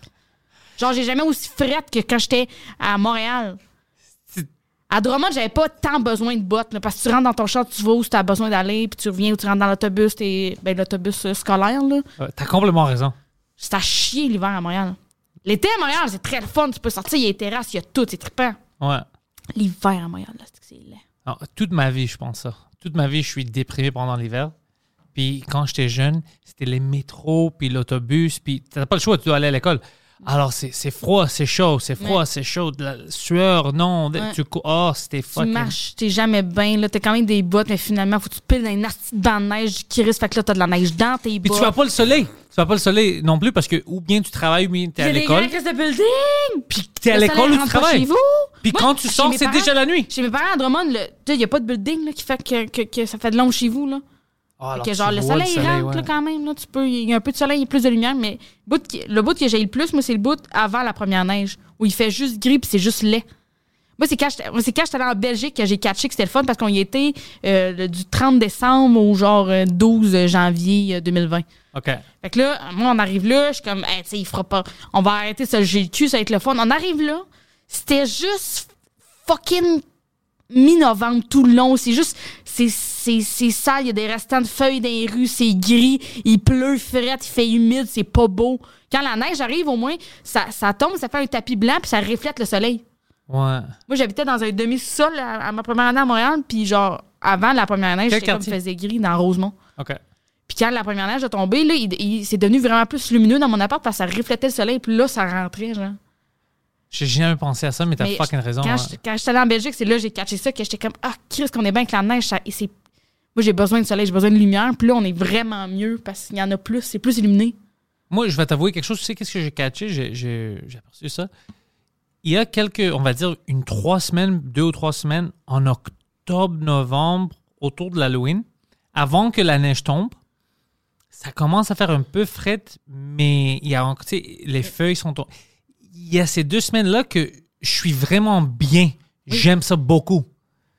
Genre, j'ai jamais aussi frette que quand j'étais à Montréal. À Drummond, j'avais pas tant besoin de bottes, là, parce que tu rentres dans ton char, tu vas où tu as besoin d'aller, puis tu reviens ou tu rentres dans l'autobus, t'es- ben, l'autobus euh, scolaire, là. Ouais, T'as complètement raison. C'est à chier l'hiver à Montréal. L'été à Montréal, c'est très le fun. Tu peux sortir, il y a les terrasses, il y a tout, c'est trippant. Ouais. L'hiver à Montréal, là, c'est que c'est laid. Alors, toute ma vie, je pense ça. Toute ma vie, je suis déprimé pendant l'hiver. Puis quand j'étais jeune, c'était les métros, puis l'autobus, puis t'as pas le choix, tu dois aller à l'école. Alors c'est c'est froid, c'est chaud, c'est froid, Ouais. c'est chaud, de la sueur, non, de- Ouais. tu cou- oh, c'était Tu fucking... marches, t'es jamais bien, là. T'as quand même des bottes, mais finalement, faut que tu te piles dans une astuce de banc de neige qui risque, fait que là, t'as de la neige dans tes Puis bottes. tu vas pas le soleil, tu vas pas le soleil non plus parce que ou bien tu travailles ou bien t'es à J'ai des gars l'école, qui se building! puis t'es à Le l'école soleil ou tu rentre pas travailles. chez vous. Puis Moi, quand tu chez sors, mes c'est parents- déjà la nuit. Chez mes parents à Drummond, il n'y a pas de building là, qui fait que, que, que ça fait de l'ombre chez vous. Là. Oh, alors que tu genre, le vois soleil, il rentre ouais. là, quand même. là, tu peux- Il y a un peu de soleil, il y a plus de lumière, mais le bout qui- le bout que j'ai le plus, moi, c'est le bout avant la première neige, où il fait juste gris puis c'est juste laid. Moi, c'est quand j'étais moi, c'est quand j'étais allée en Belgique que j'ai catché que c'était le fun parce qu'on y était euh, le- du 30 décembre au genre euh, 12 janvier euh, 2020. OK. Fait que là, moi, on arrive là, je suis comme, hey, tu sais, il fera pas. On va arrêter ça, j'ai le cul, ça va être le fun. On arrive là, c'était juste fucking mi-novembre tout le long. C'est juste, c'est- c'est c'est sale, il y a des restants de feuilles dans les rues, c'est gris, il pleut, frette, il fait humide, c'est pas beau. Quand la neige arrive, au moins, ça, ça tombe, ça fait un tapis blanc, puis ça reflète le soleil. Ouais. Moi, j'habitais dans un demi-sol à, à ma première année à Montréal, puis genre, avant la première neige, Quel j'étais comme, quartier? faisait gris dans Rosemont. OK. Puis quand la première neige a tombé, là, il, il- c'est devenu vraiment plus lumineux dans mon appart parce que ça reflétait le soleil, puis là, ça rentrait, genre. J'ai jamais pensé à ça, mais t'as Mais fucking raison. Quand hein. je- quand j'étais allée en Belgique, c'est là que j'ai catché ça, que j'étais comme Ah, Christ, qu'on est bien avec la neige. ça- et c'est- Moi, j'ai besoin de soleil, j'ai besoin de lumière. Puis là, on est vraiment mieux parce qu'il y en a plus, c'est plus illuminé. Moi, je vais t'avouer quelque chose. Tu sais, qu'est-ce que j'ai catché? J'ai- J'ai j'ai aperçu ça. Il y a quelques, on va dire, une trois semaines, deux ou trois semaines, en octobre, novembre, autour de l'Halloween, avant que la neige tombe, ça commence à faire un peu fret, mais il y a, en- tu sais, les feuilles sont. au- Il y a ces deux semaines-là que je suis vraiment bien. J'aime ça beaucoup.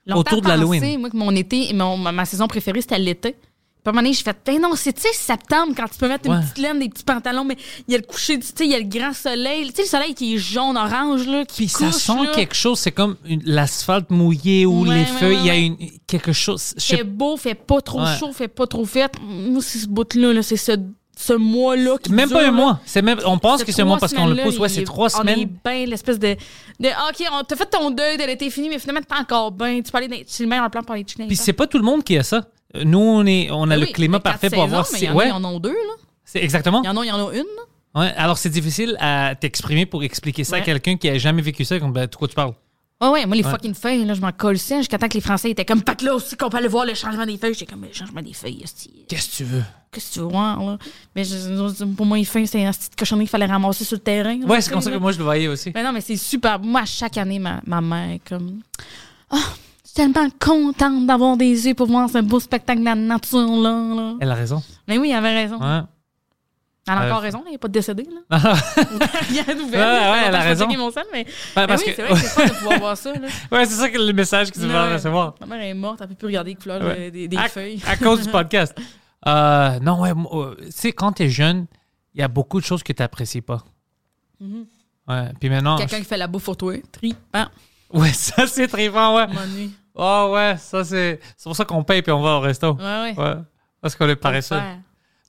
Longtemps Autour de pensé, l'Halloween. Moi, que mon été, mon, ma, ma saison préférée, c'était l'été. Puis à un moment donné, j'ai fait, ben non, c'est, tu sais, septembre, quand tu peux mettre Ouais. une petite laine, des petits pantalons, mais il y a le coucher, du- tu sais, il y a le grand soleil. Tu sais, le soleil qui est jaune-orange, là, qui Puis ça couche, sent là. quelque chose, c'est comme une- l'asphalte mouillé ou Ouais, les ouais, feuilles, ouais, il y a ouais. une, quelque chose. je sais Fait beau, fait pas trop Ouais. chaud, fait pas trop fait. Moi, c'est ce bout-là, là, c'est ce, ce mois-là qui Même dure, pas un là. mois. C'est même, on pense Ces que c'est un trois mois parce qu'on le semaines-là, pousse. Ouais, il- c'est trois On est semaines. bien, l'espèce de, de, ah, OK, on t'a fait ton deuil de l'été fini, mais finalement, t'es pas encore bien. Tu peux aller dans- C'est le meilleur plan pour aller chiller. Ben Puis c'est pas tout le monde qui a ça. Euh, Nous, on, est, on a le climat parfait pour avoir. si. c'est- Il ouais, y en a deux, là. c'est exactement. Il y en a, il y en a une, là. Ouais, alors c'est difficile à t'exprimer pour expliquer ça à Ouais. quelqu'un qui a jamais vécu ça. Comme, ben, de quoi tu parles Ouais, Ah ouais, moi, les Ouais. fucking feuilles, là, je m'en colle ça jusqu'à temps que les Français étaient comme, fait que là aussi qu'on peut aller voir le changement des feuilles. J'étais comme, le changement des feuilles, hostie, Qu'est-ce que tu veux qu'est-ce que tu veux voir, là? Mais je- pour moi, les feuilles, c'est un petit cochonnerie qu'il fallait ramasser sur le terrain. là, Ouais, tu c'est sais, comme ça que là. moi je le voyais aussi. Mais non, mais c'est super. Moi, à chaque année, ma, ma mère est comme. Ah, je suis tellement contente d'avoir des yeux pour voir ce beau spectacle de la nature, là. là. Elle a raison. Mais oui, elle avait raison. Ouais. Elle a Ouais. encore raison, elle n'est pas décédée, *laughs* là. *laughs* Il y a une Ouais, nouvelle. là, ça ouais, fait elle a longtemps que je raison. sais qu'elle est mon seul, mais. Ouais, parce mais Ben oui, que- c'est vrai que c'est pas de pouvoir voir ça, là. *laughs* Ouais, c'est ça que le message que tu veux Ouais. recevoir. Ma mère est morte, elle peut plus regarder les couleurs Ouais. Ah. euh, des, des à, feuilles. à cause *laughs* du podcast. Euh, non, ouais, moi, euh, tu sais, quand t'es jeune, il y a beaucoup de choses que t'apprécies pas. Ouais, puis maintenant. Mm-hmm. Quelqu'un qui fait la bouffe pour toi. Tripant, Ouais, *laughs* ça c'est trippant, ouais. mon nuit. Oh ouais, ça c'est. C'est pour ça qu'on paye puis on va au resto. Ouais, ouais. Ouais. Parce qu'on est paresseux. Faire.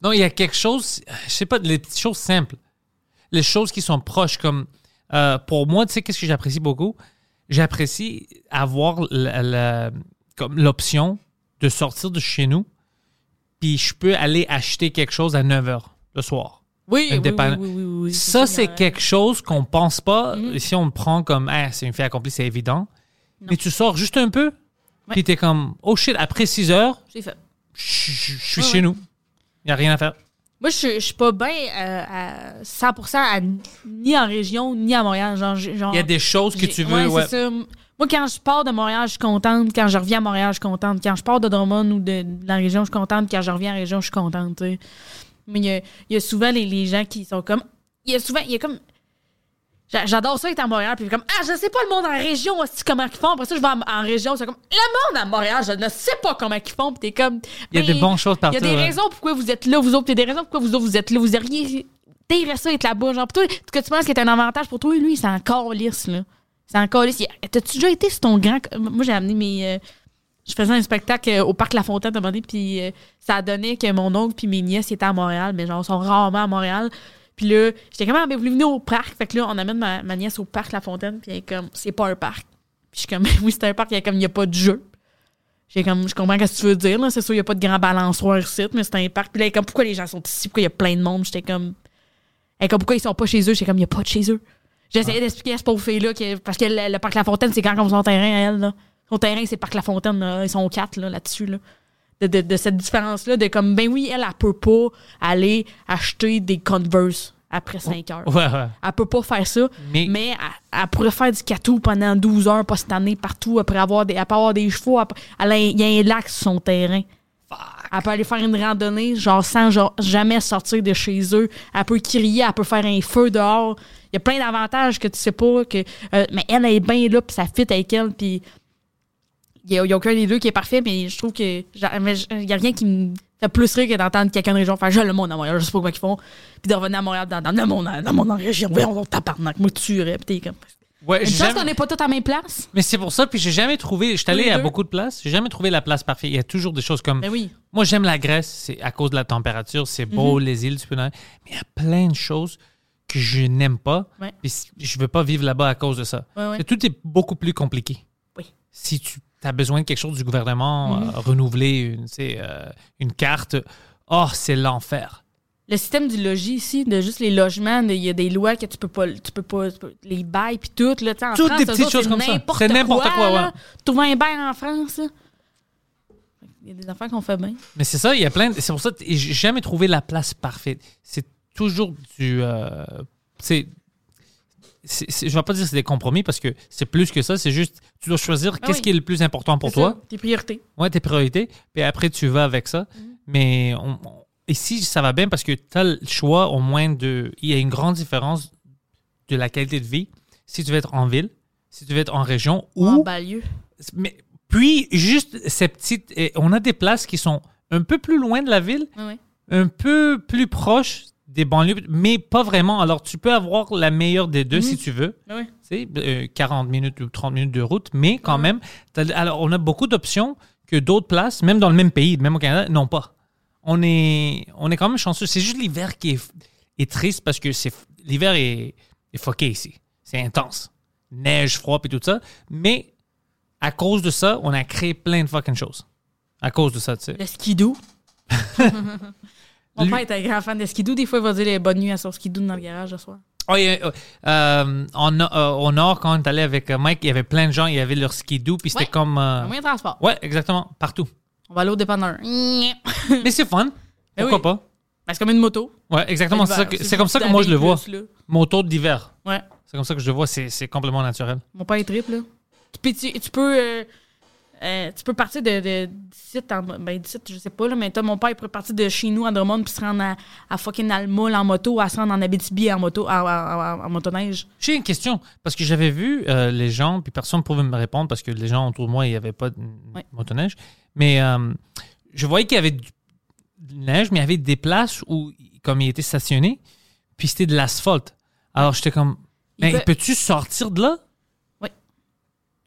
Non, il y a quelque chose, je sais pas, les petites choses simples. Les choses qui sont proches, comme euh, pour moi, tu sais, qu'est-ce que j'apprécie beaucoup? J'apprécie avoir la- la- comme l'option de sortir de chez nous, puis je peux aller acheter quelque chose à 9 h le soir. Oui, Un oui, oui, dépanneur. oui, oui, oui. Ça, c'est que quelque chose qu'on pense pas. Mm. Si on le prend comme, Ah, c'est une fait accomplie, c'est évident. Mais tu sors juste un peu, Ouais. puis t'es comme, oh shit, après 6 heures, J'ai fait. je je- je suis Ouais, chez ouais. nous. Il n'y a rien à faire. Moi, je je suis pas bien euh, à 100% à- ni en région, ni à Montréal. Genre, j'ai- genre, Il y a des choses que Ah. j'ai- tu veux. ouais, Ouais, c'est ça. Moi, quand je pars de Montréal, je suis contente. Quand je reviens à Montréal, je suis contente. Quand je pars de Drummond ou de, de la région, je suis contente. Quand je reviens à la région, je suis contente. tu sais. Mais il y a, il y a souvent les, les gens qui sont comme... Il y a souvent... Il y a comme... j'a- J'adore ça être à Montréal, puis comme Ah, je sais pas le monde en région, hostie, comment ils font. Après ça, je vais en, en région, c'est comme Le monde à Montréal, je ne sais pas comment ils font, puis t'es comme. Il y a des Mais- bonnes choses il y partout. a des ouais. raisons pourquoi vous êtes là, vous autres, puis il y a des raisons pourquoi vous autres, vous êtes là. Vous auriez. T'es resté à être là-bas. Genre, pour toi, ce que tu penses qui est un avantage pour toi, lui, c'est encore lisse, là. C'est encore lisse. T'as-tu déjà été sur ton grand. Moi, j'ai amené mes. euh, Je faisais un spectacle euh, au Parc La Fontaine à un moment donné, puis euh, ça a donné que mon oncle puis mes nièces ils étaient à Montréal, mais genre, ils sont rarement à Montréal. Puis là, j'étais comme, ah, mais vous venez au parc. Fait que là, on amène ma, ma nièce au Parc La Fontaine, puis elle est comme, c'est pas un parc. Puis je suis comme, *laughs* oui, c'est un parc, il y a comme, il y a pas de jeu. J'ai comme, je comprends ce que tu veux dire, là. C'est sûr, il n'y a pas de grand balançoire ici, mais c'est un parc. Puis là, elle est comme, pourquoi les gens sont ici? Pourquoi il y a plein de monde? J'étais comme, elle est comme, pourquoi ils sont pas chez eux? J'étais comme, il n'y a pas de chez eux. J'essayais d'expliquer à ce pauvre fille-là, que, parce que le, le parc La Fontaine, c'est quand comme son terrain, à elle, là. Son terrain, c'est le parc La Fontaine, là. Ils sont quatre, là, là-dessus, là. De, de- de cette différence-là, de comme, ben oui, elle, elle peut pas aller acheter des Converse après 5 heures. Ouais, ouais. Elle peut pas faire ça, Mais- mais, elle, elle pourrait faire du catou pendant 12 heures, pas cette année, partout, après avoir des, après avoir des chevaux. après- elle a un- il y a un lac sur son terrain. Elle peut aller faire une randonnée, genre sans genre, jamais sortir de chez eux. Elle peut crier, elle peut faire un feu dehors. Il y a plein d'avantages que tu sais pas. Que, euh, mais elle, elle est bien là, puis ça fit avec elle, puis il n'y a, il y a aucun des deux qui est parfait, mais je trouve que. j'a- mais j- Il n'y a rien qui me fait plus rire que d'entendre quelqu'un de région faire Je le monde à Montréal, je sais pas quoi qu'ils font. Puis de revenir à Montréal, dans, dans le monde, à- dans mon région, voyons, on tabarnak, moi tu tuerais. Puis t'es comme. Ouais, Une j'ai chance jamais- qu'on n'est pas tous à la même place. Mais c'est pour ça, puis j'ai jamais trouvé. Je suis allé les à deux. beaucoup de places, j'ai jamais trouvé la place parfaite. Il y a toujours des choses comme. Ben oui. Moi, j'aime la Grèce, c'est à cause de la température, c'est beau, Mhm. les îles, tu peux nager. Mais il y a plein de choses que je n'aime pas, Ouais. puis c- je veux pas vivre là-bas à cause de ça. Ouais, ouais. Et Tout est beaucoup plus compliqué. Oui. Mhm. Si tu as besoin de quelque chose du gouvernement, euh, renouveler une, tu sais, euh, une carte, oh, c'est l'enfer. le système du logis ici, de juste les logements, de- il y a des lois que tu peux pas, tu peux pas, tu peux- les bails puis tout là, tu sais, en Toutes France, des eux petites autres, choses c'est comme ça. n'importe C'est n'importe quoi, là. ouais. Trouver un bail en France. là. Il y a des affaires qu'on fait bien. Mais c'est ça, il y a plein. de- C'est pour ça que j'ai jamais trouvé la place parfaite. C'est toujours du. euh, c'est. c'est- c'est- je vais pas dire que c'est des compromis parce que c'est plus que ça. C'est juste, tu dois choisir qu'est-ce Ah oui. qui est le plus important pour C'est toi. ça, Tes priorités. Ouais, tes priorités. Puis après, tu vas avec ça. Mhm. Mais on- on- ici, ça va bien parce que tu as le choix au moins de. Il y a une grande différence de la qualité de vie si tu veux être en ville, si tu veux être en région Ou ou. en banlieue. mais, puis, juste ces petites. eh, On a des places qui sont un peu plus loin de la ville, Ouais, ouais. un peu plus proches des banlieues, mais pas vraiment. Alors, tu peux avoir la meilleure des deux Mhm. si tu veux Ouais, ouais. tu sais, euh, 40 minutes ou 30 minutes de route, mais quand Ouais. même, t'as- alors on a beaucoup d'options que d'autres places, même dans le même pays, même au Canada, n'ont pas. On est, on est quand même chanceux. C'est juste l'hiver qui est, est triste parce que c'est l'hiver est, est fucké ici. C'est intense. Neige, froid, puis tout ça. Mais à cause de ça, on a créé plein de fucking choses. À cause de ça, tu sais. Le *laughs* skidoo. Mon Lui- père est un grand fan de skidoo. Des fois, il va dire les bonnes nuits à son skidoo dans le garage le soir. Oh, il y a- euh, euh, en- euh, au nord, quand on est allé avec euh, Mike, il y avait plein de gens, il y avait leur skidoo, puis c'était Ouais. comme... euh, Un moyen de transport. ouais, exactement, partout. On va aller au *laughs* dépanneur. Mais c'est fun. Eh Pourquoi oui. pas? Ben, c'est comme une moto. Ouais, exactement. C'est, ça que- l'hiver, c'est comme ça que juste moi je le d'aller vois. plus, là. Mon tour d'hiver. Ouais. C'est comme ça que je le vois. C'est, c'est complètement naturel. Mon père est triple, là. Tu peux, tu, tu peux, euh, euh, tu peux partir de, de d'ici, en- ben, d'ici, je sais pas, là, mais toi, mon père, il peut partir de chez nous à Drummond puis se rendre à, à fucking Alma en moto, à se rendre en Abitibi en moto, en, en- en- en motoneige. J'ai une question. Parce que j'avais vu euh, les gens, puis personne ne pouvait me répondre parce que les gens autour de moi, il n'y avait pas de Ouais. motoneige. Mais euh, je voyais qu'il y avait du- de la neige, mais il y avait des places où, comme il était stationné, puis c'était de l'asphalte. Alors j'étais comme, Il ben, peut- peux-tu sortir de là?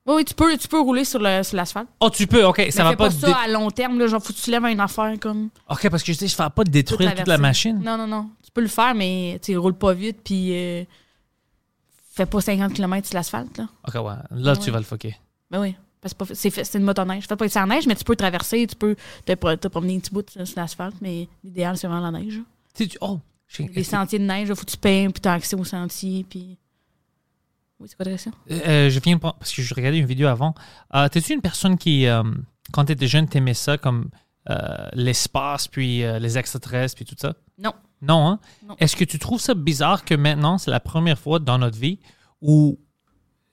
Oui, oui, tu peux, tu peux rouler sur, le, sur l'asphalte. Oh, tu peux, ok. Mais Ça va fais pas. pas dé- ça à long terme, là, genre, faut que tu lèves une affaire comme. Ok, parce que je dis, je ne vais pas détruire toute la traverser. machine. Non, non, non. Tu peux le faire, mais tu sais, roule pas vite, puis euh, fais pas 50 km sur l'asphalte, là. Ok, ouais. Là, tu Ouais. vas le fucker. Ben oui. Parce que c'est pas fait- c'est fait- c'est une motoneige. Fais pas être en neige, mais tu peux traverser, tu peux te, pro- te promener un petit bout sur, sur l'asphalte, mais l'idéal, c'est vraiment la neige. là. Tu sais, tu- oh, j'ai- Les sentiers de neige, il faut que tu peignes, puis t'as accès aux sentiers, puis. Oui, c'est quoi la question? Euh, je viens de pen- parce que je regardais une vidéo avant. Euh, T'es-tu une personne qui, euh, quand t'étais jeune, t'aimais ça comme euh, l'espace, puis euh, les extraterrestres, puis tout ça? Non. Non, hein? Non. Est-ce que tu trouves ça bizarre que maintenant, c'est la première fois dans notre vie où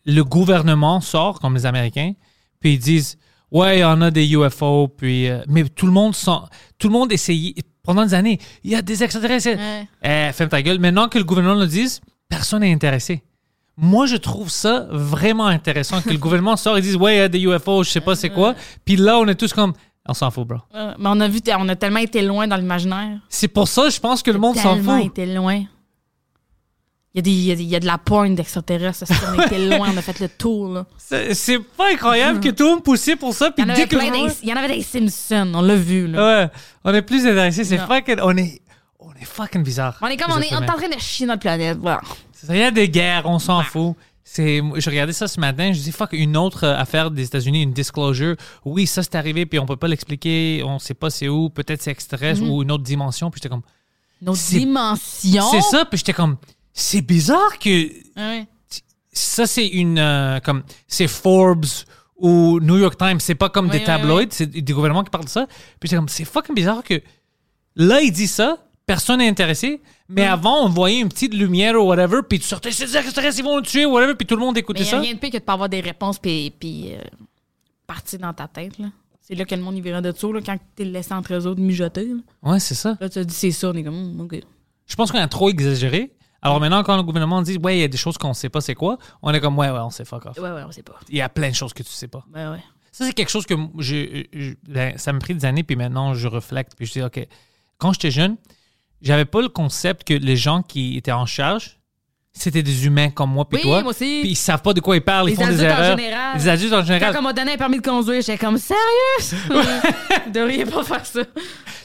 le gouvernement sort, comme les Américains, puis ils disent Ouais, on a des UFO, puis. euh, mais tout le monde s'en- tout le monde essayait. Pendant des années, il y a des extraterrestres. Ouais. Eh, ferme ta gueule. Maintenant que le gouvernement le dise, personne n'est intéressé. Moi, je trouve ça vraiment intéressant que le gouvernement sort et dise Ouais, il y a des UFO, je sais pas c'est quoi. Puis là, on est tous comme On s'en fout, bro. Ouais, euh, mais on a vu, on a tellement été loin dans l'imaginaire. C'est pour ça, je pense que le monde s'en tellement fout. été loin. Il y, a des, il, y a des- il y a de la pointe d'extraterrestres. parce qu'on était loin, on a fait le tour. *laughs* Là. C'est c'est pas incroyable que tout le monde poussait pour ça. Puis Il, y en avait dès que. plein des, il y en avait des Simpsons, on l'a vu. Là. Ouais, on est plus intéressé. C'est Non. fucking. On est, on est fucking bizarre. on est comme, on est, on est en train de chier notre planète. voilà. C'est ça, Il y a des guerres, on s'en fout. C'est, moi, je regardais ça ce matin, je dis fuck une autre euh, affaire des États-Unis, une disclosure. Oui, ça c'est arrivé, puis on peut pas l'expliquer, on sait pas c'est où, peut-être c'est extraterrestre ou une autre dimension. Puis j'étais comme, Nos C'est- dimensions. c'est ça, puis j'étais comme, c'est bizarre que Ouais. ça c'est une euh, comme c'est Forbes ou New York Times, c'est pas comme Ouais, des ouais, tabloïds, ouais. c'est des gouvernements qui parlent de ça. Puis c'est comme c'est fucking bizarre que là il dit ça, personne n'est intéressé, mais Mm. avant on voyait une petite lumière ou whatever, puis tu sortais c'est des extraterrestres, ils vont le tuer whatever, puis tout le monde écoutait Mais y ça. a rien de pire que de pas avoir des réponses puis, puis euh, partir dans ta tête. Là. C'est là que le monde y verra de tout là, quand t'es laissé entre eux autres mijoter. Là, Ouais, c'est ça. Là, tu as dit c'est ça, on est comme, hum, ok. Je pense qu'on a trop exagéré. Alors maintenant quand le gouvernement dit ouais, il y a des choses qu'on sait pas c'est quoi, on est comme ouais ouais, on sait fuck off. Ouais, ouais, on sait pas. Il y a plein de choses que tu sais pas. Ouais, ouais. Ça, c'est quelque chose que m- j'ai- je- ben, ça m'a pris des années, puis maintenant, je reflecte, puis je dis, OK, quand j'étais jeune, j'avais pas le concept que les gens qui étaient en charge, c'était des humains comme moi, puis Oui, toi. moi aussi. Puis ils savent pas de quoi ils parlent, Les ils font des adultes en erreurs. général. Les adultes en Quand général. on m'a donné un permis de conduire, j'étais *laughs* comme, sérieux? Vous *laughs* devriez pas faire ça.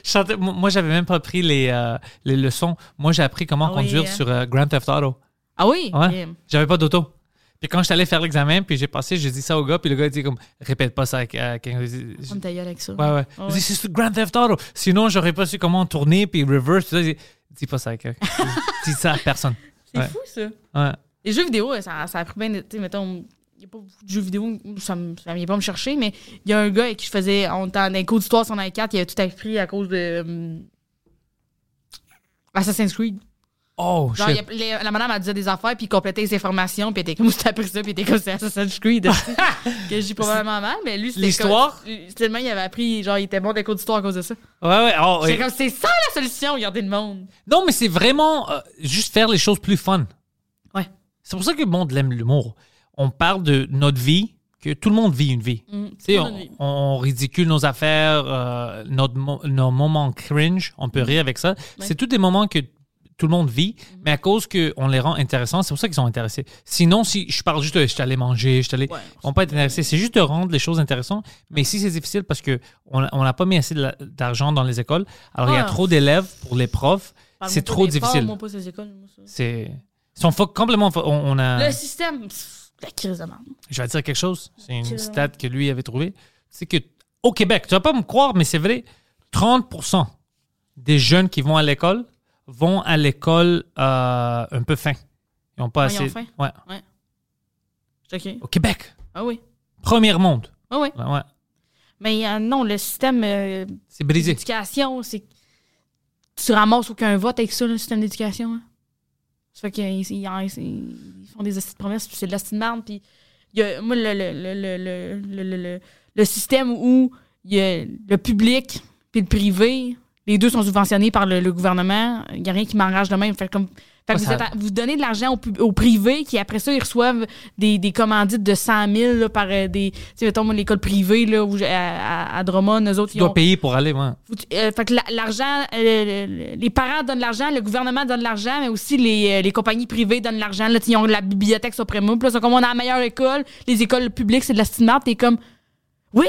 Je sentais- moi, moi, j'avais même pas pris les, euh, les leçons. Moi, j'ai appris comment Ah oui, conduire hein. sur euh, Grand Theft Auto. Ah oui? Ouais. Ok. J'avais pas d'auto. Puis quand j'étais allé faire l'examen, puis j'ai passé, j'ai dit ça au gars, puis le gars il dit comme répète pas ça à à quelqu'un. Je- Ferme ta gueule avec ça. Ouais, ouais. Ah Je dis, C'est sur Grand Theft Auto. Sinon, j'aurais pas su comment tourner, puis reverse. tout ça. Dis pas ça à *laughs* quelqu'un. Dis ça à personne. C'est Ouais. fou, ça. Ouais. Les jeux vidéo, ça, ça a pris bien. de- Tu sais, mettons, il n'y a pas beaucoup de jeux vidéo, où ça ne vient pas me chercher, mais il y a un gars avec qui je faisais. On était en un cours d'histoire sur 4, il avait tout appris à cause de. hum, Assassin's Creed. Oh, Genre, il shit. y a- les- la madame, elle disait des affaires, puis il complétait les informations, puis elle était comme, *laughs* t'as appris ça, puis elle était comme, c'est Assassin's Creed. *laughs* que j'ai probablement mal, mais lui, c'était. L'histoire? comme- Tellement Euh, il avait appris, genre, il était bon des cours d'histoire à cause de ça. Ouais, ouais. oh, C'est ouais. comme, c'est ça la solution, regarder le monde. Non, mais c'est vraiment euh, juste faire les choses plus fun. Ouais. C'est pour ça que le monde aime l'humour. On parle de notre vie, que tout le monde vit une vie. Mm, Tu sais, pas on, donné. on ridicule nos affaires, euh, notre mo- nos moments cringe, on peut rire avec ça. C'est tous des moments que tout le monde vit, Mm-hmm. mais à cause qu'on les rend intéressants, c'est pour ça qu'ils sont intéressés. Sinon, si je parle juste de je suis allé manger, je suis allé. Ouais. On peut être intéressé. C'est juste de rendre les choses intéressantes. Mais ici, c'est difficile parce qu'on n'a on n'a pas mis assez de la- d'argent dans les écoles. Alors, il y a Ah. trop d'élèves pour les profs. Parle-moi C'est pas trop des porcs, difficile. moi, pas ces écoles, moi, ça. C'est. Ils sont fo- complètement. fo- On, on a. Le système, pff, la crise de merde. Je vais te dire quelque chose. C'est une Que- stat que lui avait trouvée. C'est que au Québec, tu vas pas me croire, mais c'est vrai, 30% des jeunes qui vont à l'école vont à l'école euh, un peu fins. Ils n'ont pas Ouais, ils assez. ont faim. Ouais. OK. Au Québec, Ah oui. premier monde. Ah oui. Ouais, ouais. Mais euh, non, le système euh, C'est brisé. d'éducation, c'est. Tu ramasses aucun vote avec ça, le système d'éducation. hein. Ça fait qu'ils ils- ils- ils font des astuces de promesses, puis c'est de la de merde. Puis, il y a, moi, le, le, le, le, le, le, le- le système où il y a le public puis le privé, les deux sont subventionnés par le, le gouvernement. Il n'y a rien qui m'engage de même. Fait comme, fait que Ouais, vous, ça- êtes à- vous donnez de l'argent au, pub- au privé qui, après ça, ils reçoivent des, des commandites de 100 000 là, par euh, des. Tu sais, mettons, moi, l'école privée là, où j'ai- à, à, à Drummond, eux autres, Tu ils ont. dois payer pour aller, ouais. Faut- euh, fait que la- l'argent, euh, le- le- les parents donnent de l'argent, le gouvernement donne de l'argent, mais aussi les, euh, les compagnies privées donnent de l'argent. Là, ils ont la bibliothèque sur Prémo. Puis là, c'est comme on a la meilleure école, les écoles publiques, c'est de la stimarte. T'es comme, oui,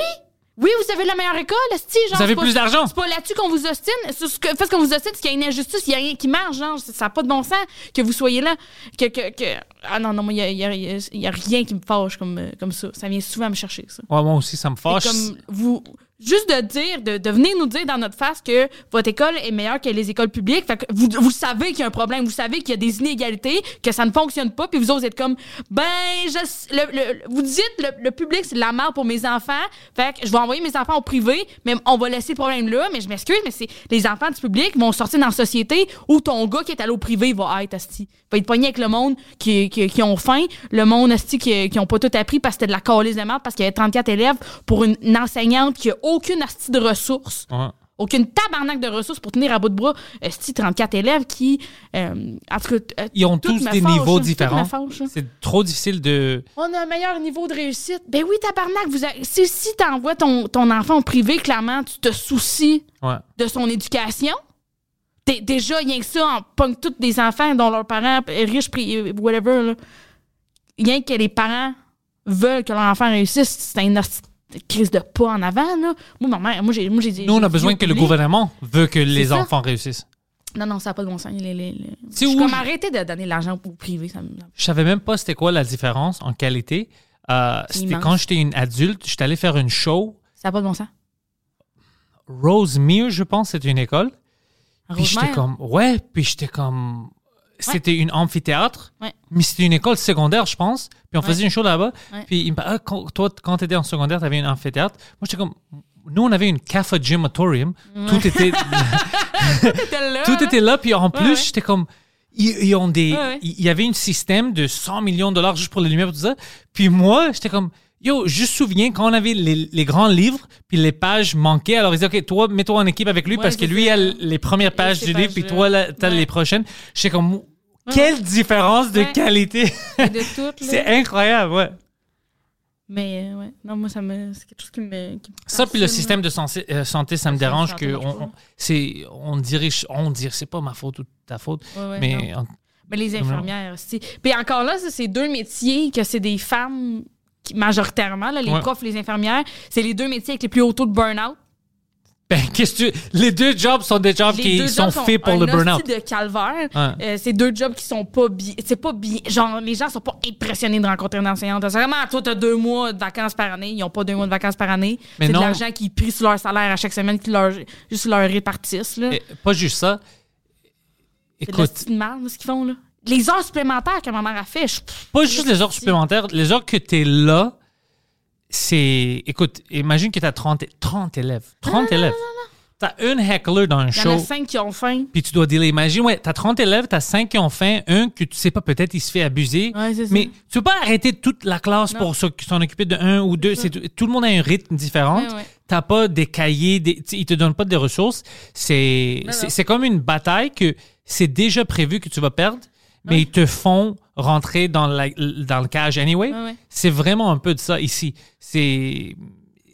oui, vous avez la meilleure école, esti, genre. Vous avez c'est pas- plus d'argent. C'est pas là-dessus qu'on vous ostine. Sur ce que, fait ce qu'on vous ostine, c'est qu'il y a une injustice, il y a rien qui marche, genre. Ça n'a pas de bon sens que vous soyez là. Que, que, que- Ah non, non, moi, il y a, il y a- il y a rien qui me fâche comme, euh, comme ça. Ça vient souvent me chercher, ça. Ouais, moi aussi, ça me Et fâche. comme vous juste de dire de, de venir nous dire dans notre face que votre école est meilleure que les écoles publiques fait que vous, vous savez qu'il y a un problème vous savez qu'il y a des inégalités que ça ne fonctionne pas puis vous autres vous êtes comme ben je, s- le- le- vous dites le, le public c'est de la merde pour mes enfants fait que je vais envoyer mes enfants au privé mais on va laisser le problème là mais je m'excuse mais c'est les enfants du public vont sortir dans la société où ton gars qui est allé au privé va être asti va être pogné avec le monde qui, qui, qui ont faim le monde asti qui, qui ont pas tout appris parce que c'était de la calice de merde parce qu'il y avait 34 élèves pour une, une enseignante qui a aucune asti de ressources Ouais. aucune tabarnak de ressources pour tenir à bout de bras asti 34 élèves qui euh, en tout cas, euh, Ils ont tout tous me des fâche, niveaux là, tout me différents. fâche, là. C'est trop difficile de. On a un meilleur niveau de réussite. Ben oui, tabarnak, vous avez- si, si t'envoies ton, ton enfant au privé, clairement, tu te soucies Ouais. de son éducation. T'es- déjà, rien que ça, on pogne tous des enfants dont leurs parents, euh, riches, pri- euh, whatever, là. rien que les parents veulent que leur enfant réussisse, c'est une hostie de crise de pas en avant. Là. Moi, ma mère, moi, j'ai, moi, j'ai dit. Nous, on j'ai a dit besoin au que le public- gouvernement veut que les ça. enfants réussissent. Non, non, ça n'a pas de bon sens. Les, les, les- C'est Je suis où comme je- arrêtez de donner de l'argent au privé. Ça me... Je savais même pas c'était quoi la différence en qualité. Euh, C'est c'était immense. quand j'étais une adulte, j'étais allé faire une show. Ça n'a pas de bon sens. Rosemere, je pense, c'était une école. Puis j'étais Rosemère. comme, ouais, puis j'étais comme, c'était une amphithéâtre, Ouais. mais c'était une école secondaire, je pense. Puis on Ouais. faisait une show là-bas. Ouais. Puis il me parlait, Ah, quand- toi, quand t'étais en secondaire, t'avais une amphithéâtre. Moi, j'étais comme, nous, on avait une café gymatorium. Tout était, tout était là. Puis en plus, ouais. j'étais comme, ils, ils ont des, Ouais, ouais. il y avait un système de 100 millions de dollars juste pour les lumières, tout ça. Puis moi, j'étais comme, yo, je me souviens quand on avait les, les grands livres, puis les pages manquaient. Alors ils disaient, OK, toi, mets-toi en équipe avec lui Ouais, parce que c'est lui ça. a les premières pages ces du livre, puis pages-là. toi, là, t'as Ouais. les prochaines. J'étais comme, quelle différence de Ouais. qualité! de tout. là. *laughs* C'est incroyable, ouais. Mais euh, ouais, non, moi, ça me... c'est quelque chose qui me. qui me Ça, puis le fascine, système de santé, euh, santé, ça me Ça, ça dérange marche que pas. on, on- c'est, on dirige, on dit, c'est pas ma faute ou ta faute, Ouais, ouais, non. mais en- Mais les Non, non. infirmières aussi. Puis encore là, ça, c'est deux métiers que c'est des femmes qui- majoritairement, là, les Ouais. profs, les infirmières. C'est les deux métiers avec les plus hauts taux de burn-out. ben, qu'est-ce que tu, les deux jobs sont des jobs Les qui deux sont jobs faits pour un le hostie burn-out. de calvaire. Ouais. Euh, c'est deux jobs qui sont pas bien. C'est pas bien. Genre, les gens sont pas impressionnés de rencontrer une enseignante. C'est vraiment, toi, t'as deux mois de vacances par année. Ils ont pas deux mois de vacances par année. Mais C'est de non. l'argent qu'ils prient sur leur salaire à chaque semaine, qu'ils leur, juste leur répartissent. Là. Et pas juste ça. C'est de la Eh, Écoute, petite merde, ce qu'ils font, là. Les heures supplémentaires que ma mère a fait, je- pff, pas juste les heures supplémentaires, les heures que t'es là, c'est. Écoute, imagine que t'as 30, 30 élèves. 30 élèves. T'as une heckler dans un il y en a show. cinq qui ont faim. puis tu dois dealer. Imagine, ouais, t'as 30 élèves, t'as 5 qui ont faim, un que tu sais pas, peut-être il se fait abuser. Ouais, c'est ça. mais tu peux pas arrêter toute la classe pour s'oc- s'en occuper de un ou deux. C'est tout, tout le monde a un rythme différent. Ouais, ouais. T'as pas des cahiers, des, tu sais, ils te donnent pas des ressources. C'est, c'est, c'est comme une bataille que c'est déjà prévu que tu vas perdre, mais ils te font rentrer dans, la, dans le cage anyway. Ouais, ouais. C'est vraiment un peu de ça ici. C'est,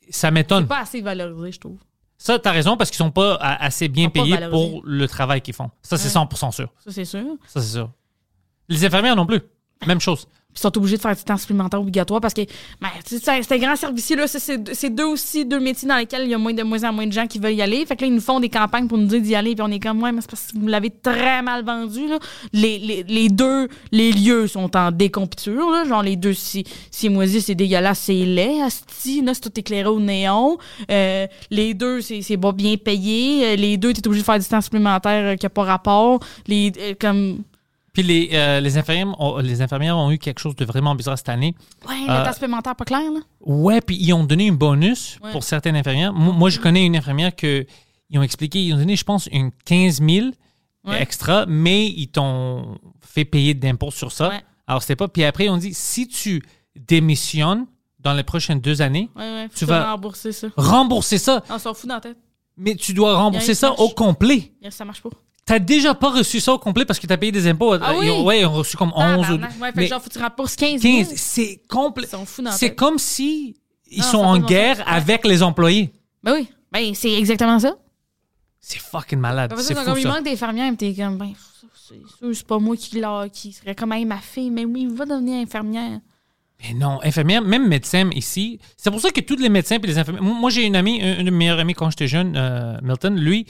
ça m'étonne. Pas assez valorisé, je trouve. Ça, t'as raison, parce qu'ils sont pas a- assez bien sont pas payés valorisés. pour le travail qu'ils font. Ça, c'est 100% sûr. Ça, c'est sûr. Ça, c'est sûr. Les infirmières non plus. Même chose. Puis ils sont obligés de faire du temps supplémentaire obligatoire parce que ben, tu sais, c'est un- c'est un grand servicier. là. C'est- C'est c'est deux aussi, deux métiers dans lesquels il y a moins de moins en moins de gens qui veulent y aller. Fait que là, ils nous font des campagnes pour nous dire d'y aller. Puis on est comme, ouais, mais c'est parce que vous l'avez très mal vendu. Là. Les, les, les deux, les lieux sont en décompiture. Là. Genre, les deux, si, si moisi, c'est dégueulasse, c'est laid. Asti, là, c'est tout éclairé au néon. Euh, les deux, c'est c'est pas bien payé. Euh, Les deux, t'es obligé de faire du temps supplémentaire euh, qui n'a pas rapport. Les, euh, comme, Puis les, euh, les, infirmières ont, les infirmières ont eu quelque chose de vraiment bizarre cette année. ouais, le Euh, temps supplémentaire pas clair, là. Ouais, puis ils ont donné un bonus Ouais. Mm-hmm. pour certaines infirmières. Moi, moi, je connais une infirmière que ils ont expliqué, ils ont donné, je pense, une 15 000 Ouais. extra, mais ils t'ont fait payer d'impôts sur ça. Ouais. Alors, c'était pas. Puis après, on dit, si tu démissionnes dans les prochaines deux années, Ouais, ouais, Tu tu vas- vas rembourser ça. rembourser ça. On s'en fout dans la tête. Mais tu dois rembourser une ça marche. au complet. Il- Ça marche pas. T'as déjà pas reçu ça au complet parce que t'as payé des impôts. Ah Ils oui? ont- ouais, ils ont reçu comme 11 ou Tabarnak. Ouais, fait que mais genre, faut que tu rembourses 15 000. 15. C'est complet. Ils sont fous dans la C'est tête. comme si ils Non, sont ça en fait mon guerre sens. Ouais. avec les employés. Ben oui. Ben, c'est exactement ça. C'est fucking malade. Après ça, C'est ils sont comme, fou il ça. manque des fermières, pis t'es comme, ben, ça, c'est sûr, c'est pas moi qui l'a, qui serait comme, hey, ma fille, mais oui, va devenir infirmière. Mais non, infirmière, même médecin ici. C'est pour ça que tous les médecins et les infirmières. Moi, j'ai une amie, un, un de mes meilleurs amis quand j'étais jeune, euh, Milton. Lui,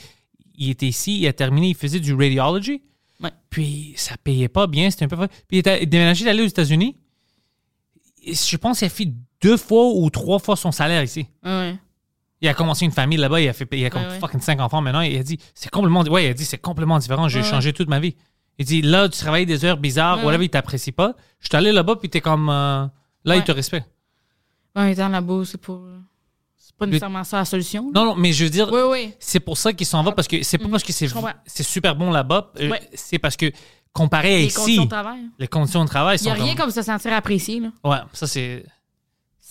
il était ici, il a terminé, il faisait du radiology. Ouais. Puis ça payait pas bien, c'était un peu. Puis il était déménagé d'aller aux États-Unis. Et Je pense qu'il a fait deux fois ou trois fois son salaire ici. Ouais. Il a commencé une famille là-bas, il a fait il a comme Ouais, ouais. fucking cinq enfants maintenant, il a dit c'est complètement ouais, il a dit c'est complètement différent, j'ai Ouais, changé toute ma vie. Il dit là tu travailles des heures bizarres, Ouais, whatever, ouais. il t'apprécie pas. Je suis allé là-bas puis t'es comme euh, là il Ouais. te respecte. En étant Ben, là-bas, c'est pas, c'est pas nécessairement ça la solution. là. Non non, mais je veux dire Oui, oui. c'est pour ça qu'il s'en va parce que c'est pas parce que c'est Mm-hmm. je comprends. c'est super bon là-bas, euh, Ouais. c'est parce que comparé à Les ici, conditions de travail. les conditions de travail Il y sont a rien comme se sentir apprécié, là. ouais, ça c'est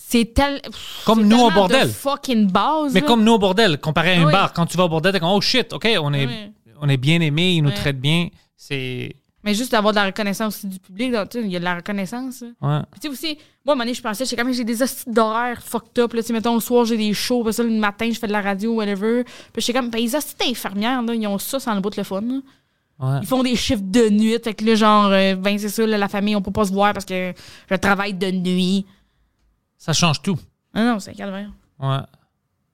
C'est tel. pff, Comme c'est nous au tellement de bordel. fucking base. mais là. comme nous au bordel, comparé à une Ouais. bar, quand tu vas au bordel t'es comme oh shit, OK, on est Ouais. on est bien aimé, ils nous Ouais. traitent bien, c'est Mais juste d'avoir de la reconnaissance aussi du public, donc, tu sais, il y a de la reconnaissance, là. ouais. Puis tu sais aussi, moi, à un moment donné, je pensais, j'ai quand même, j'ai des hosties d'horaires fucked up. Là, tu sais, mettons, le soir, j'ai des shows, puis ça, le matin, je fais de la radio, whatever. Puis j'étais comme, ben, les hosties d'infirmières, là, ils ont ça sans le bout de le fun. là. ouais. Ils font des chiffres de nuit, fait que là, genre, euh, ben, c'est ça, là, la famille, on peut pas se voir parce que je travaille de nuit. Ça change tout. Non, non, c'est un calvaire. Ouais.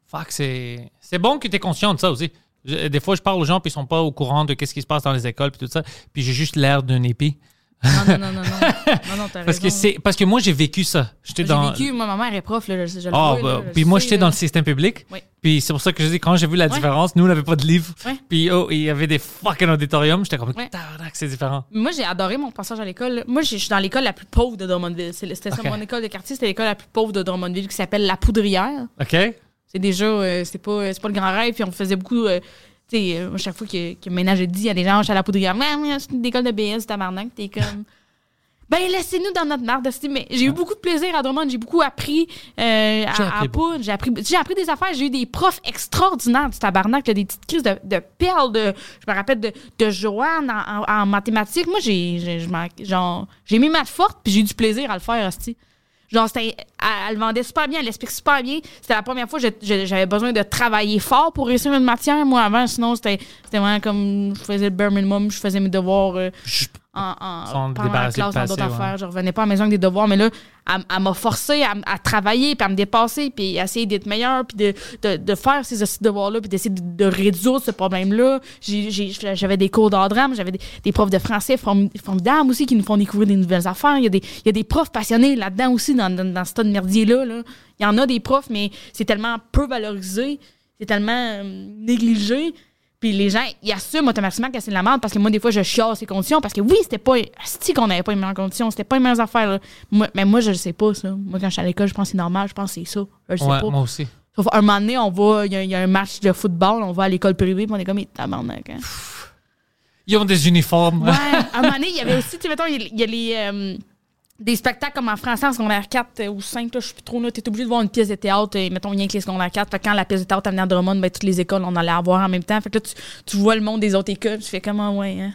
Fuck, c'est. C'est bon que tu es conscient de ça aussi. Je- des fois, je parle aux gens, puis ils sont pas au courant de qu'est-ce qui se passe dans les écoles, puis tout ça. Puis j'ai juste l'air d'un épi. Non, *laughs* non, non, non, non. non, non, t'as Parce que, raison. c'est, parce que moi, j'ai vécu ça. J'étais dans. J'ai vécu, moi, ma mère est prof, là, je, je le Ah, vois, là, bah, je puis moi, sais, j'étais là. dans le système public. Ouais. Puis c'est pour ça que je dis, quand j'ai vu la Ouais. différence, nous, on n'avait pas de livre. Ouais. Puis oh, il y avait des fucking auditoriums. J'étais comme, Ouais. tabarnak, c'est différent. Moi, j'ai adoré mon passage à l'école. Moi, je je suis dans l'école la plus pauvre de Drummondville. C'est- C'était ça, Ok. mon école de quartier, c'était l'école la plus pauvre de Drummondville qui s'appelle La Poudrière. OK? Ouais. C'est déjà, euh, c'est pas, euh, c'est pas le grand rêve. Puis on faisait beaucoup, euh, tu sais, euh, à chaque fois que, que ménage dit à des gens, je suis à La Poudrière, mais c'est une école de BS, tabarnak. T'es comme. Ben, laissez-nous dans notre marde. c'est- Mais j'ai eu beaucoup de plaisir à Drummond. J'ai beaucoup appris euh, J'ai à, appris à beaucoup. Poudre. J'ai appris, j'ai appris des affaires. J'ai eu des profs extraordinaires du tabarnak. là, des petites crises de, de perles. De, je me rappelle de, de Joanne en, en- en mathématiques. Moi, j'ai, j'ai, je m'en- genre, j'ai mis maths forte puis j'ai eu du plaisir à le faire, hostie. Genre, c'était, elle, elle le vendait super bien, elle l'explique super bien. C'était la première fois que je- je- j'avais besoin de travailler fort pour réussir une matière. Moi, avant, sinon, c'était, c'était vraiment comme je faisais le bare minimum, je faisais mes devoirs. euh, en, en Sans pendant la débarrasser classe, le dans d'autres passé, ouais. affaires. Je revenais pas à la maison avec des devoirs, mais là, elle, elle m'a forcé à, à travailler, puis à me dépasser, puis à essayer d'être meilleure, puis de, de, de faire ces hosties de devoirs-là, puis d'essayer de, de réduire ce problème-là. J'ai- j'ai- J'avais des cours d'art drame, j'avais des, des profs de français form- formidables aussi qui nous font découvrir des nouvelles affaires. Il y a des, il y a des profs passionnés là-dedans aussi, dans, dans, dans ce tas de merdier-là. là. Il y en a des profs, mais c'est tellement peu valorisé, c'est tellement euh, négligé. Puis les gens, ils assument automatiquement que c'est de la merde parce que moi, des fois, je chiale ces conditions parce que oui, c'était pas. Si qu'on n'avait pas les meilleures conditions, c'était pas les meilleures affaires. là. Moi- mais moi, je le sais pas, ça. Moi, quand je suis à l'école, je pense que c'est normal, je pense que c'est ça. Je le sais Ouais, pas. moi aussi. Sauf un moment donné, on va, il y, a- il y a un match de football, on va à l'école privée, puis on est comme, tabarnak. Hein. Ils ont des uniformes. Ouais, à un moment donné, il y avait aussi, tu sais, mettons, il y a- il y a les. euh, des spectacles comme en français en secondaire 4 euh, ou 5, là, je suis plus trop là. T'es obligé de voir une pièce de théâtre, et, mettons, rien que les secondaires 4. Fait que quand la pièce de théâtre amenait à Drummond, ben, toutes les écoles, on allait la voir en même temps. Fait que là, tu, tu vois le monde des autres écoles, tu fais comment, ouais, hein.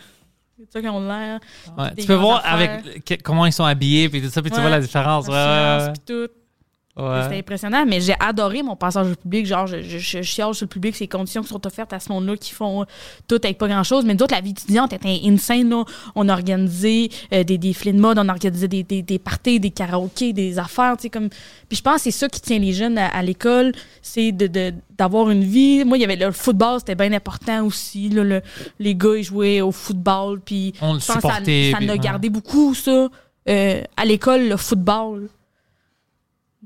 C'est ça qu'on l'air. hein. Ouais, Des Tu peux voir grandes affaires. avec que- comment ils sont habillés puis tout ça, puis tu Ouais, vois la différence. Ouais, Science, ouais, pis tout. ouais. C'était impressionnant, mais j'ai adoré mon passage au public. Genre, je, je, je chiale sur le public, ces conditions qui sont offertes à ce monde-là qui font euh, tout avec pas grand-chose. Mais nous autres, la vie étudiante était insane. Là. On organisait euh, des défilés de mode, on organisait des, des, des parties, des karaokés, des affaires. tu sais, Comme... Puis je pense que c'est ça qui tient les jeunes à, à l'école, c'est de- de- d'avoir une vie. Moi, il y avait le football, c'était bien important aussi. là, le- les gars, ils jouaient au football. Puis On le je pense que ça- supportait, ça puis- nous ouais. a gardé beaucoup, ça. Euh, à l'école, le football.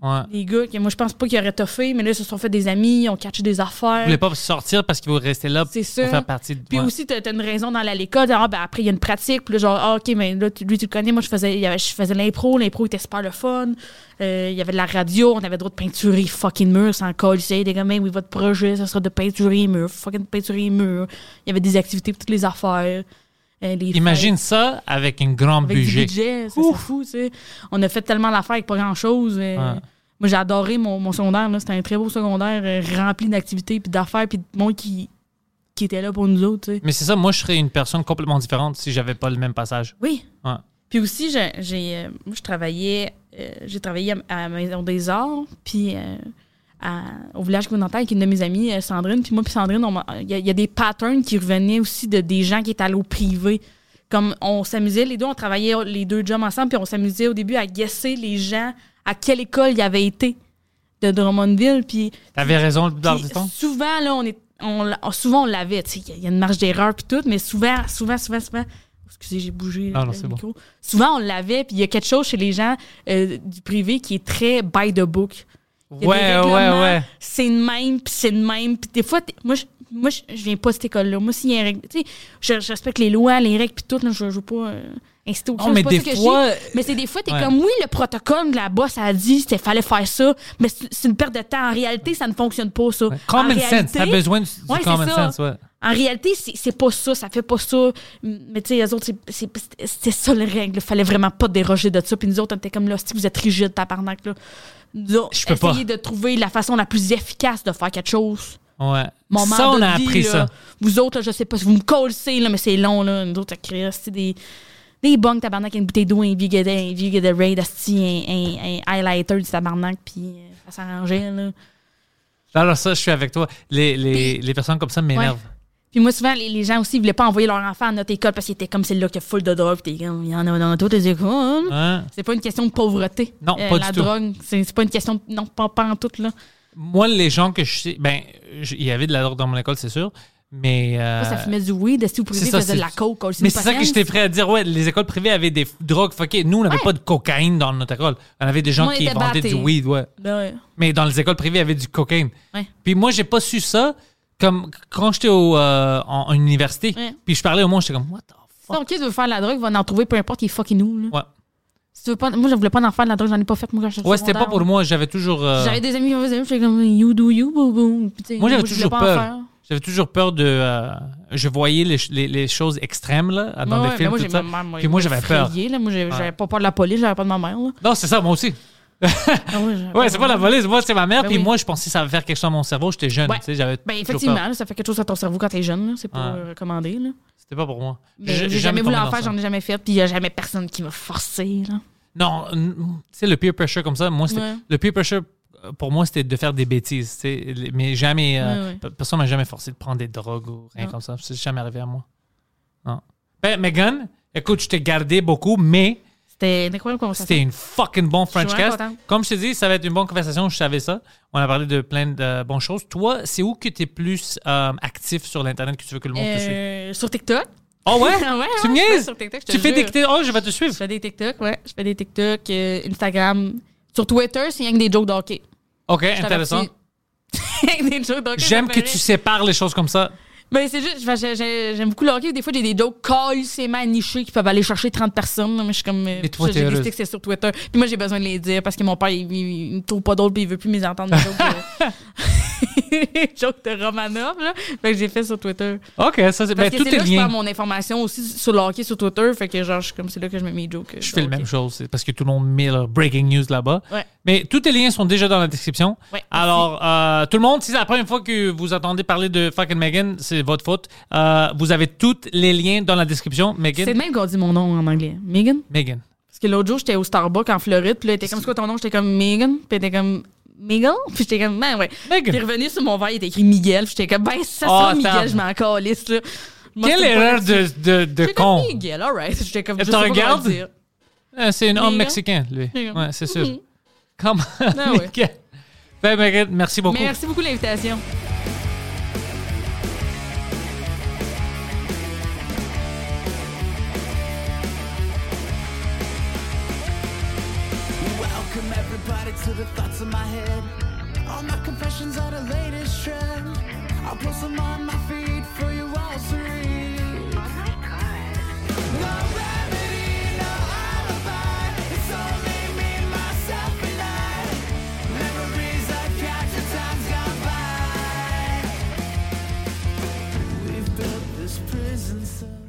ouais. Les gars, que moi, je pense pas qu'ils auraient toffé, mais là, ils se sont fait des amis, ils ont catché des Vous affaires. voulez pas sortir parce qu'ils vont rester là pour C'est ça. faire partie de. Puis ouais. aussi, t'as t'as une raison dans l'école. Ah, ben, après, il y a une pratique. Puis là, genre, ah, OK, mais là, tu- lui, tu le connais. Moi, je faisais, il y avait- je faisais l'impro. L'impro était super le fun. Euh, il y avait de la radio. On avait d'autres peinturer fucking murs sans colle. des gars, mais oui, votre projet, ça sera de peinturer les murs. Fucking peinturer les murs. Il y avait des activités pour toutes les affaires. Euh, les Imagine ça avec un grand Avec du budget. budget, ça, c'est fou, tu sais. On a fait tellement d'affaires avec pas grand-chose. euh, Ouais. Moi, j'ai adoré mon, mon secondaire. là. C'était un très beau secondaire euh, rempli d'activités, puis d'affaires, puis de monde qui, qui était là pour nous autres, tu sais. Mais c'est ça, moi je serais une personne complètement différente si j'avais pas le même passage. Oui. Ouais. Puis aussi, j'ai, j'ai, euh, moi, je travaillais, euh, j'ai travaillé à, à la Maison des Arts, puis euh, à- au village communautaire avec une de mes amies, euh, Sandrine. Puis moi, puis Sandrine, on m'a- il y, a- il y a des patterns qui revenaient aussi de des gens qui étaient allés au privé. Comme on s'amusait, les deux, on travaillait les deux jobs ensemble, puis on s'amusait au début à guesser les gens à quelle école ils avaient été de Drummondville. Puis T'avais raison le plupart puis du temps. souvent, là, on est. On, l'a- on- souvent, on l'avait. tu sais, Il y, a- il y a une marge d'erreur puis tout, mais souvent, souvent, souvent, souvent. oh, Excusez, j'ai bougé Ah non, le c'est micro. Souvent, on l'avait, puis il y a quelque chose chez les gens euh, du privé qui est très by the book. Il y a des Ouais, ouais, règlements, ouais. C'est de même, puis c'est de même. Puis des fois, t'es- moi, je, moi, je, je viens pas de cette école-là. Moi, s'il y a un règle, tu sais, je, je respecte les lois, les règles, puis tout, là, je je veux pas euh, inciter au crime, mais c'est pas des ça que je fois- dis. Mais c'est des fois, t'es Ouais. comme, oui, le protocole de la boss a dit qu'il fallait faire ça, mais c'est c'est une perte de temps. En réalité, ça ne fonctionne pas, ça. en Common sense, réalité- t'as besoin du, du Ouais, c'est common ça. sense, ouais. En réalité, c'est c'est pas ça, ça fait pas ça. Mais tu sais, les autres, c'est- c'est- c'est- c'était ça les règles. Fallait vraiment pas déroger de ça. Puis nous autres, on était comme là, si vous êtes rigide, tabarnak, là. Nous autres, Je peux pas. essayez de trouver la façon la plus efficace de faire quelque chose. Ouais. Mon ça, moment on de a vie, appris là. ça. Vous autres, là, je sais pas si vous me collez, là, mais c'est long, là. Nous autres, à créer, asti, des, des bongs tabarnak, une bouteille d'eau, un vieux guédet, un vieux guédet raid, asti, un, un, un highlighter du tabarnak, puis euh, ça s'arrangeait, là. Alors ça, je suis avec toi. Les, les, les personnes comme ça m'énervent. Puis moi, souvent, les, les gens aussi, ils voulaient pas envoyer leur enfant à notre école parce qu'ils étaient comme celle-là qui a full de drogue. Puis t'es comme, il y en a dans toutes les écoles. Hein? C'est pas une question de pauvreté. euh, Non, pas la du tout. drogue, c'est c'est pas une question. de- non, pas, pas en tout, là. Moi, les gens que je sais, ben, je- il y avait de la drogue dans mon école, c'est sûr, mais. euh, Ça fumait du weed, si vous c'est privé, ça, faisait de c'est- la coke. aussi, mais une c'est ça que patience. j'étais prêt à dire. Ouais, les écoles privées avaient des f- drogues fuckées. Nous, on n'avait pas de cocaïne dans notre école. On avait des gens Moi, on qui était vendaient battés. du weed, ouais. Ben ouais. Mais dans les écoles privées, il y avait du cocaïne. Ouais. Puis moi, j'ai pas su ça comme quand j'étais au, euh, en, en université. Ouais. Puis je parlais au monde, j'étais comme, what the fuck? Donc, qui veut faire de la drogue, va en trouver, peu importe, il est fucking nous, là. Ouais, Si tu veux pas, moi, je voulais pas en faire de la drogue, j'en ai pas fait, moi, quand j'étais au ouais c'était pas secondaire. pour moi. J'avais toujours. euh, J'avais des amis qui en faisaient, j'étais comme, you do you, boo boo. Puis, tu sais, Moi, j'avais je toujours voulais pas en peur. faire. J'avais toujours peur de. euh, je voyais les, les- les choses extrêmes là, dans Ouais, des films. ouais, mais moi, tout j'ai- ça. ma mère m'a Puis moi, j'avais peur. effrayée, là. Moi, j'avais Ouais. j'avais pas peur de la police, j'avais pas de ma mère. Là. Non, c'est ça, moi aussi. Ah ouais, j'avais Ouais, de c'est ma pas la mère. police. Moi, c'est ma mère. Ben puis oui. moi, je pensais que ça allait faire quelque chose à mon cerveau. J'étais jeune. Ouais. tu sais, j'avais Ben, toujours effectivement, peur. là, ça fait quelque chose à ton cerveau quand t'es jeune, là. c'est pas Ouais. euh, recommandé. Là. C'était pas pour moi. Mais Ben, j'ai jamais voulu tombé en dans faire, ça. j'en ai jamais fait, puis il y a jamais personne qui m'a forcé. Là. Non, n- tu sais, le peer pressure comme ça, moi, c'était- Ouais. le peer pressure, euh, pour moi, c'était de faire des bêtises, tu sais, les- mais jamais, euh, Ouais, Ah. ouais. pe- personne m'a jamais forcé de prendre des drogues ou rien Non. comme ça. C'est jamais arrivé à moi. Non. Ben, Megan, écoute, je t'ai gardé beaucoup, mais C'était une incroyable conversation. c'était une fucking bon suis French vraiment cast. contente. Comme je te dis, ça va être une bonne conversation, je savais ça. On a parlé de plein de bonnes choses. Toi, c'est où que t'es plus euh, actif sur l'Internet que tu veux que le monde te suive? Euh, sur TikTok. Oh ouais? Ah ouais, tu ouais, me *laughs* je suis niaises? sur TikTok, je te Tu fais jure. des... Oh, je vais te Je suivre. fais des TikTok, ouais. Je fais des TikTok, euh, Instagram. Sur Twitter, c'est rien que des jokes d'hockey. OK, intéressant. *laughs* des jokes d'hockey. J'aime ça que fait tu rire. sépares les choses comme ça. Mais c'est juste, j'ai- j'ai- j'aime beaucoup leur livre. Des fois, j'ai des jokes calcément nichés qui peuvent aller chercher 30 personnes. Mais je suis comme. euh, Et toi, ça, t'es j'ai heureuse. décidé que c'est sur Twitter. Puis moi, j'ai besoin de les dire parce que mon père, il, il- il me trouve pas d'autre puis il veut plus mes entendre. mes jokes, *laughs* euh, jokes de *laughs* Romanov, là. Fait que j'ai fait sur Twitter. OK, ça, c'est. Parce Ben, que tout c'est est là que je lié. prends mon information aussi sur le hockey sur Twitter. Fait que genre, je suis comme, c'est là que je mets mes jokes. euh, Je fais le sur même hockey. chose. c'est Parce que tout le monde met leur breaking news là-bas. Ouais. Mais tous les liens sont déjà dans la description. Ouais, Alors, euh, tout le monde, si c'est la première fois que vous entendez parler de fucking Megan, c'est votre faute. Euh, vous avez tous les liens dans la description. C'est Oh, Megan. le même qu'on dit mon nom en anglais. Megan? Megan. Parce que l'autre jour, j'étais au Starbucks en Floride, puis là, elle était comme, c'est quoi ton nom? J'étais comme Megan, puis elle était comme Megan, *laughs* puis j'étais comme, ben ouais. Megan. Puis revenu sur mon verre, il était écrit Miguel, puis j'étais comme, ben ça Ah, sent attends. Miguel, je m'en calisse, là. Je m'en Quelle fous pas erreur là-dessus. de, de, de J'étais comme con. Miguel, alright. J'étais comme, Et je tu sais pas comment regardes? le dire. Euh, c'est un homme Megan. mexicain, lui. Megan. Ouais, c'est sûr. Mhm. Comment? Ah ouais. Megan. Ben, Megan, merci beaucoup. Mais *laughs* merci beaucoup de l'invitation. Welcome everybody to the thoughts in my head. All my confessions are the latest trend. I'll post them on my feed for you all to read. Oh my god. No remedy, no alibi. It's only me, myself, and I. Memories I capture, time's gone by. We've built this prison cell.